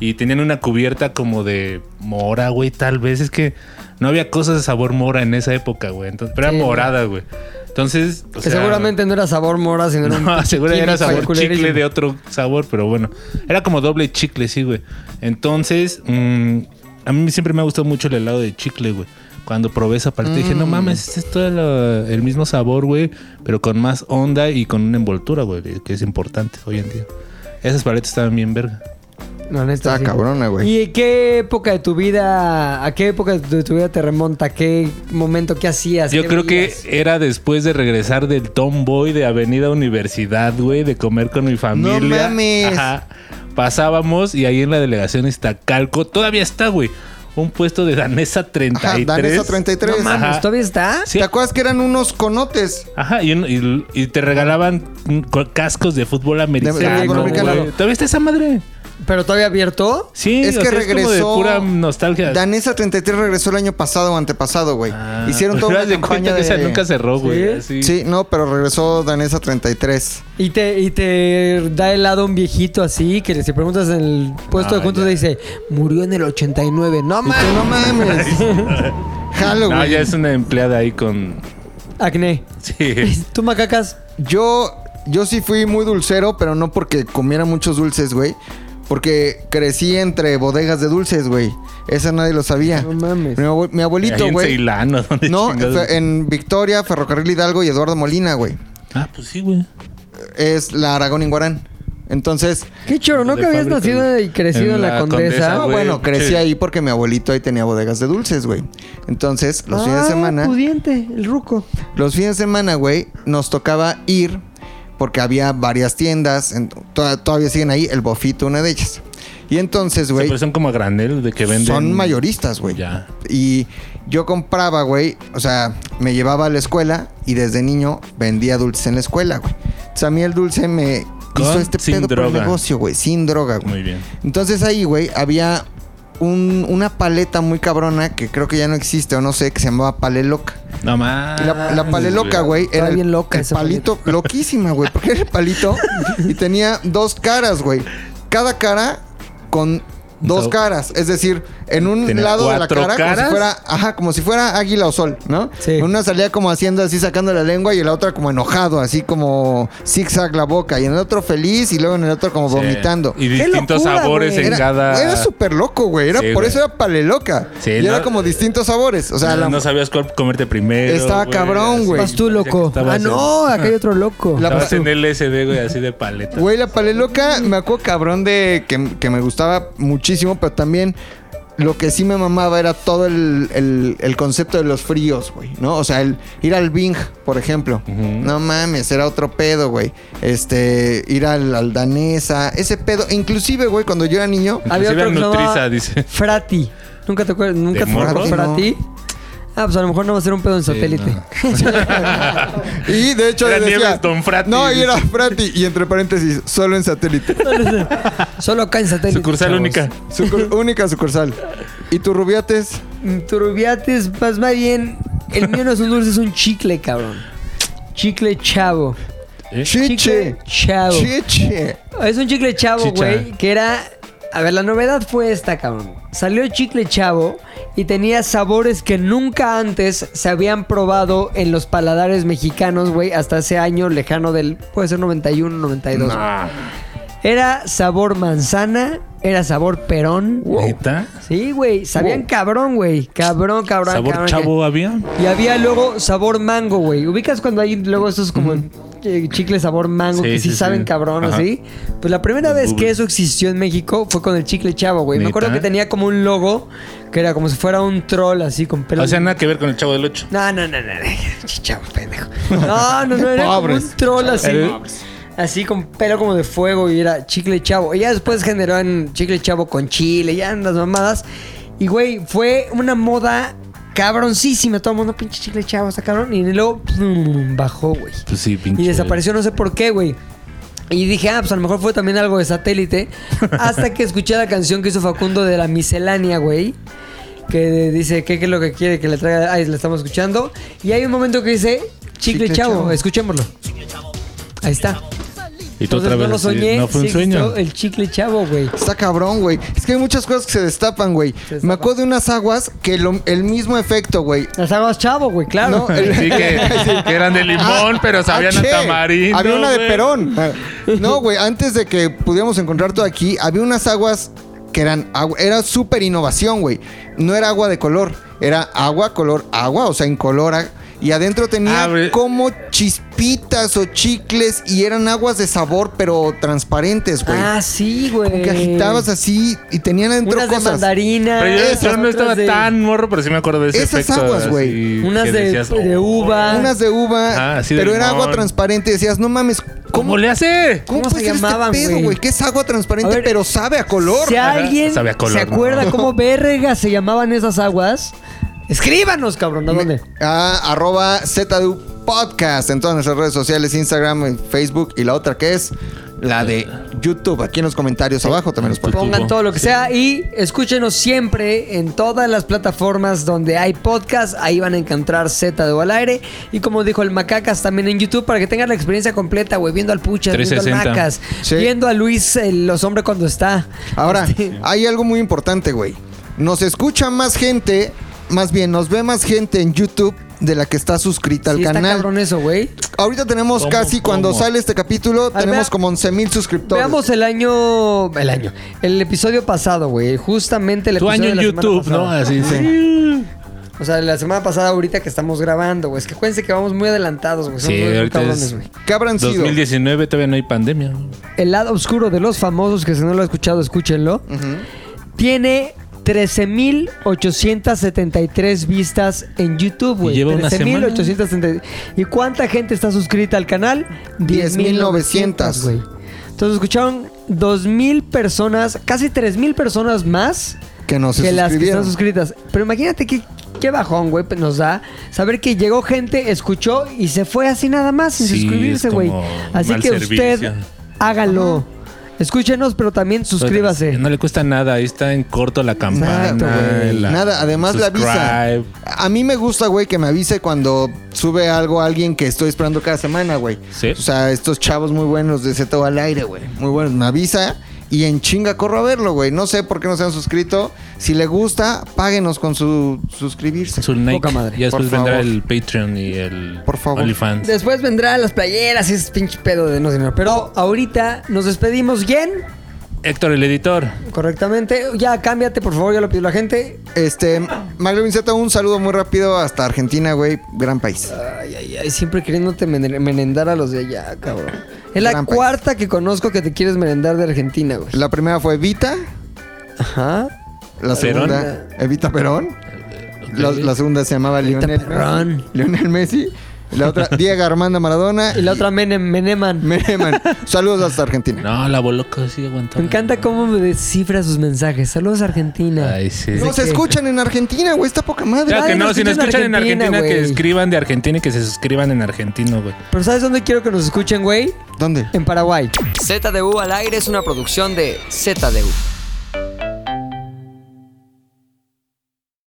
C: Y tenían una cubierta como de mora, güey, tal vez. Es que no había cosas de sabor mora en esa época, güey. Entonces, pero
A: Sí,
C: era morada, güey. Entonces, o
A: Que
C: sea,
A: seguramente no era sabor mora, sino era
C: no,
A: un
C: seguro era
A: químico
C: sabor
A: culerísimo.
C: chicle de otro sabor, pero bueno. Era como doble chicle, sí, güey. Entonces, mm, a mí siempre me ha gustado mucho el helado de chicle, güey. Cuando probé esa parte dije,
A: Mm.
C: no mames, este es todo lo- el mismo sabor, güey, pero con más onda y con una envoltura, güey, que es importante hoy en día. Esas paletas estaban bien verga.
A: No, neta,
D: Está
A: sí.
D: Ah, cabrona, güey.
A: ¿Y en qué época de tu vida, a qué época de tu vida te remonta? ¿Qué momento, qué hacías?
C: Yo
A: ¿Qué
C: creo que
A: veías?
C: era después de regresar del Tomboy de Avenida Universidad, güey, de comer con mi familia.
D: mames.
C: Pasábamos y ahí en la delegación está Calco. Todavía está, güey. Un puesto de Danesa 33.
D: Ajá, Danesa 33.
C: No mames,
A: Mames,
C: todavía-
A: ¿Todavía está?
C: Sí.
D: ¿Te acuerdas que eran unos conotes?
C: Ajá, y, un- y- y te regalaban mm, co- cascos de fútbol americano.
D: fútbol
C: güey.
D: americano.
C: ¿Todavía está esa madre?
A: ¿Pero todavía abierto?
C: Sí,
D: Es
C: o
D: que
C: sea, Es como
D: regresó
C: de pura nostalgia.
D: Danesa 33 regresó el año pasado o antepasado, güey.
C: Ah,
D: Hicieron toda
C: pero
D: una
C: haz de
D: campaña
C: cuenta que
D: de...
C: esa nunca cerró, güey. así.
D: Sí, no, pero regresó Danesa 33.
A: Y te, y te da helado un viejito así, que si preguntas en el puesto
C: No,
A: de juntos
C: ya.
A: te dice, murió en el 89. No
D: Y tú,
A: mames.
D: no mames. Jalo,
C: No,
D: güey.
C: ya es una empleada ahí con.
A: Acné.
C: Sí.
A: ¿Tú macacas?
D: Yo, yo sí fui muy dulcero, pero no porque comiera muchos dulces, güey. Porque crecí entre bodegas de dulces, güey. Esa nadie lo sabía.
A: No mames.
D: Mi, abue- mi
C: Ahí
D: abuelito,
C: en
D: güey.
C: Ceilán, ¿o dónde
D: No,
C: chingados?
D: fue en Victoria, Ferrocarril Hidalgo y Eduardo Molina, güey.
C: Ah, pues sí, güey.
D: Es la Aragón Inguarán. Entonces,
A: Qué choro, ¿no?
C: De
A: Que habías
C: fábrica,
A: nacido
C: güey.
A: y crecido en,
C: En
A: la,
C: la
A: condesa.
C: Condesa,
D: no,
C: Ah, güey,
D: bueno, crecí
C: sí.
D: ahí porque mi abuelito ahí tenía bodegas de dulces, güey. Entonces, los
A: Ah,
D: fines de semana.
A: pudiente, el ruco.
D: Los fines de semana, güey, nos tocaba ir porque había varias tiendas. en- to- todavía siguen ahí, el Bofito, una de ellas. Y entonces,
C: O sea,
D: güey,
C: pero son como a granel de que venden.
D: son mayoristas, güey.
C: Ya.
D: Y yo compraba, güey, o sea, me llevaba a la escuela y desde niño vendía dulces en la escuela, güey. Entonces a mí el dulce me
C: Con-
D: hizo este
C: sin
D: pedo por el
C: droga.
D: negocio, güey, sin droga, güey.
C: Muy bien.
D: Entonces ahí, güey, había un- una paleta muy cabrona que creo que ya no existe o no sé, que se llamaba Paleloca.
C: No más.
D: Y La, la pale loca, güey.
A: Estaba
D: Era el,
A: bien loca
D: el
A: esa
D: palito, loquísima, güey. Porque era el palito y tenía dos caras, güey. Cada cara con dos
C: No.
D: caras. Es decir, en un
C: Tenía
D: lado de la
C: cuatro
D: cara, como
C: caras.
D: si fuera, ajá, como si fuera águila o sol, ¿no?
A: Sí.
D: En una salía como haciendo así, sacando la lengua, y en la otra como enojado, así como zigzag la boca. Y en el otro feliz, y luego en el otro como
C: Sí.
D: vomitando.
C: Y distintos
A: locura,
C: sabores
A: güey!
C: en
D: Era,
C: cada.
D: era súper loco, güey. Era,
C: Sí,
D: por
C: güey.
D: eso era pale loca.
C: Sí,
D: y era
C: no- eh,
D: como distintos sabores. O
C: no,
D: sea, la,
C: no sabías cuál comerte primero.
D: Estaba cabrón,
C: así.
D: güey.
A: Vas tú,
C: Parecía que
A: loco.
C: estabas
A: Ah, no,
C: en-
A: acá hay otro loco.
D: La-
C: Estabas en LSD, güey, así de paleta.
D: Güey, la paleloca me acuerdo cabrón de que, que me gustaba muchísimo, pero también lo que sí me mamaba era todo el, el- el concepto de los fríos, güey, ¿no? O sea, el ir al Bing, por ejemplo. No mames, era otro pedo, güey. Este, ir al, al danesa, ese pedo. E Inclusive, güey, cuando yo era niño,
A: Había
C: Inclusive
A: otro que se
C: Nutriza,
A: llamaba
C: dice.
A: Frati. ¿Nunca te acuerdas? ¿Nunca
C: ¿De
A: te acuerdas
D: morro?
A: Frati? Ah, pues a lo mejor no va a ser un pedo en satélite.
D: y de hecho
C: Era
D: le decía,
C: Nieves Don Frati.
D: No, y era Frati, y entre paréntesis, solo en satélite.
A: Solo acá en satélite.
C: Sucursal
A: chavos.
C: única.
D: Sucur- única sucursal. ¿Y tu rubiates?
A: Mm, Turbiates, más, más bien, el mío no es un dulce, es un chicle, cabrón. Chicle chavo.
C: ¿Eh?
D: Chiche.
A: Chicle chavo.
D: Chiche.
A: Es un chicle chavo,
C: Chicha.
A: güey, que era... A ver, la novedad fue esta, cabrón. Salió chicle chavo y tenía sabores que nunca antes se habían probado en los paladares mexicanos, güey, hasta ese año lejano del... Puede ser 91, 92. Era sabor manzana, era sabor perón.
C: ¿Neta?
A: Sí, güey, sabían cabrón, güey. Cabrón, cabrón,
C: ¿Sabor
A: cabrón.
C: chavo había?
A: Y había luego sabor mango, güey. ¿Ubicas cuando hay luego esos como eh, chicle sabor mango
C: Sí,
A: que sí,
C: sí,
A: saben
C: sí.
A: cabrón
C: Ajá.
A: así? Pues la primera vez
C: bubbles.
A: que eso existió en México fue con el chicle chavo, güey. Me
C: ¿Neta?
A: acuerdo que tenía como un logo que era como si fuera un troll así con pelo.
C: O sea, nada que ver con el chavo del 8.
A: No, no, no, no, no. Chavo, pendejo. No, no, no, era como un
D: Pobres.
A: troll así.
C: El-
A: Así con pelo como de fuego y era chicle chavo. Y ya después generó en chicle chavo con chile, ya en las mamadas. Y güey, fue una moda cabroncísima. Todo el mundo, pinche chicle chavo, está cabrón. Y luego plum, bajó, güey.
C: Pues sí, pinche.
A: Y desapareció, no sé por qué, güey. Y dije, ah, pues a lo mejor fue también algo de satélite. Hasta que escuché la canción que hizo Facundo de la miscelánea, güey. Que dice, ¿qué, qué es lo que quiere que le traiga? Ahí la estamos escuchando. Y hay un momento que dice, chicle,
D: Chicle
A: chavo.
D: Chavo.
A: escuchémoslo. Ahí está.
C: Y tú
A: Entonces,
C: otra vez.
A: no lo
C: así,
A: soñé.
C: no fue un
A: sí
C: sueño.
A: existió El chicle chavo, güey.
D: Está cabrón, güey. Es que hay muchas cosas que se destapan, güey.
A: destapan.
D: Me acuerdo de unas aguas que lo- el mismo efecto, güey.
A: Las aguas chavo, güey, claro.
D: No, el-
I: Sí, que, que eran de limón, pero sabían
D: Ah,
I: a
D: che,
I: tamarindo.
D: Había una de
I: güey.
D: Perón. Ah, No, güey, antes de que pudiéramos encontrar todo aquí, había unas aguas que eran agu- era súper innovación, güey. No era agua de color, era agua color agua, o sea, incolora. Y adentro tenía
I: Abre.
D: como chispitas o chicles y eran aguas de sabor, pero transparentes, güey.
A: ah, sí, güey.
D: que agitabas así y tenían adentro
A: Unas de
D: cosas.
A: mandarina.
I: Pero yo, yo
A: esas,
I: no
A: otras
I: estaba
A: de-
I: tan morro, pero sí me acuerdo de ese
D: Ah, Esas
I: efecto.
D: aguas,
I: así,
D: güey.
A: Unas
I: que "Oh,
A: de- de uva.
D: unas de uva,
I: Ah, así de
D: pero era
I: limón.
D: agua transparente. Decías, no mames,
I: ¿Cómo le hace?
D: ¿Cómo,
A: ¿Cómo
D: puede
A: se
D: ser
A: llamaban,
D: este pedo,
A: güey?
D: güey? Que es agua transparente,
A: A ver,
D: pero sabe a color.
A: Si alguien
I: Sabe a color,
A: se
I: ¿no?
A: acuerda cómo verga se llamaban esas aguas, escríbanos, cabrón. ¿A dónde?
D: Ah, arroba ZDU Podcast en todas nuestras redes sociales, Instagram, Facebook y la otra que es la de YouTube. Aquí en los comentarios abajo también los ponemos.
A: Pongan
C: tubo.
A: todo lo que sea y escúchenos siempre en todas las plataformas donde hay podcast. Ahí van a encontrar Z de O al aire. Y como dijo el Macacas, también en YouTube para que tengan la experiencia completa, güey. Viendo al Puchas, viendo al
C: 360.
A: Macas,
D: Sí.
A: viendo a Luis, el, los hombres cuando está.
D: Ahora,
A: Este,
D: hay algo muy importante, güey. Nos escucha más gente, más bien nos ve más gente en YouTube de la que está suscrita al
A: sí está
D: canal.
A: cabrón eso, güey.
D: Ahorita tenemos
C: ¿Cómo,
D: casi cuando
C: cómo?
D: sale este capítulo,
A: ver,
D: tenemos
A: vea-
D: como 11 mil suscriptores.
A: Veamos el año. El año. El episodio pasado, güey. Justamente el
C: Tu
A: episodio de
C: año en
A: la semana
C: YouTube, ¿no?
A: pasada.
C: Así sí.
A: O sea, la semana pasada, ahorita que estamos grabando, güey. Es que acuérdense que vamos muy adelantados, güey. Somos
C: Sí,
A: muy
C: ahorita
A: cabrones,
C: es-
A: güey.
D: ¿Qué habrán sido?
C: 2019 todavía no hay pandemia.
A: El lado oscuro de los famosos, que si no lo ha escuchado, escúchenlo. Tiene 13.873 vistas en YouTube, güey.
C: Y lleva una
A: 13.873. ¿Y cuánta gente está suscrita al canal?
D: 10,900,
A: güey. Entonces escucharon 2.000 personas, casi 3.000 personas más
D: Que no se
A: que las que
D: suscribieron.
A: están suscritas. Pero imagínate qué, qué bajón, güey, pues, nos da saber que llegó gente, escuchó y se fue así nada más sin
C: Sí, es
A: suscribirse, güey.
C: como
A: Así
C: mal
A: que usted
C: servicio.
A: hágalo. Escúchenos, pero también suscríbase.
C: No le cuesta nada. Ahí está en corto la campana.
D: Exacto, güey.
C: la-
D: Nada, además la
C: subscribe.
D: avisa. A mí me gusta, güey, que me avise cuando sube algo a alguien que estoy esperando cada semana, güey.
C: Sí.
D: O sea, estos chavos muy buenos de Zeto al aire, güey. Muy buenos. Me avisa y en chinga corro a verlo, güey. No sé por qué no se han suscrito. Si le gusta, páguenos con su suscribirse.
C: Su Nike.
A: Poca madre.
C: Y después
D: Por
C: vendrá
D: favor.
C: el Patreon y el
D: Por favor.
C: OnlyFans.
A: Después vendrán las playeras y ese pinche pedo de no señor. Pero ahorita nos despedimos bien,
C: Héctor, el editor.
A: correctamente. Ya cámbiate, por favor, ya lo pidió la gente.
D: Este, Maglevin Zeta, un saludo muy rápido hasta Argentina, güey. Gran país.
A: Ay, ay, ay, siempre queriéndote menen- merendar a los de allá, cabrón. Es la
D: Gran país.
A: cuarta que conozco que te quieres merendar de Argentina, güey.
D: La primera fue Evita.
A: Ajá.
D: La
C: Perón.
D: segunda, Evita Perón. La, la segunda se llamaba Lionel,
A: Perón.
D: Lionel Messi. La otra, Diego Armando Maradona.
A: Y la otra Menem, Meneman.
D: Meneman. Saludos hasta Argentina.
C: No, la boloca sí aguantó.
A: Me encanta cómo me descifra sus mensajes. Saludos Argentina.
C: Ay, sí.
D: Nos
A: que-
D: escuchan en Argentina, güey. Está poca madre.
C: Claro
A: Ay,
C: que
A: nos
C: no, si no
A: escuchan
C: escuchan
A: en
C: en Argentina,
A: Argentina,
C: que
A: güey.
C: escriban de Argentina y que se suscriban en argentino, güey.
A: Pero ¿sabes dónde quiero que nos escuchen, güey?
D: ¿Dónde?
A: En Paraguay. ZDU al aire es una producción de ZDU.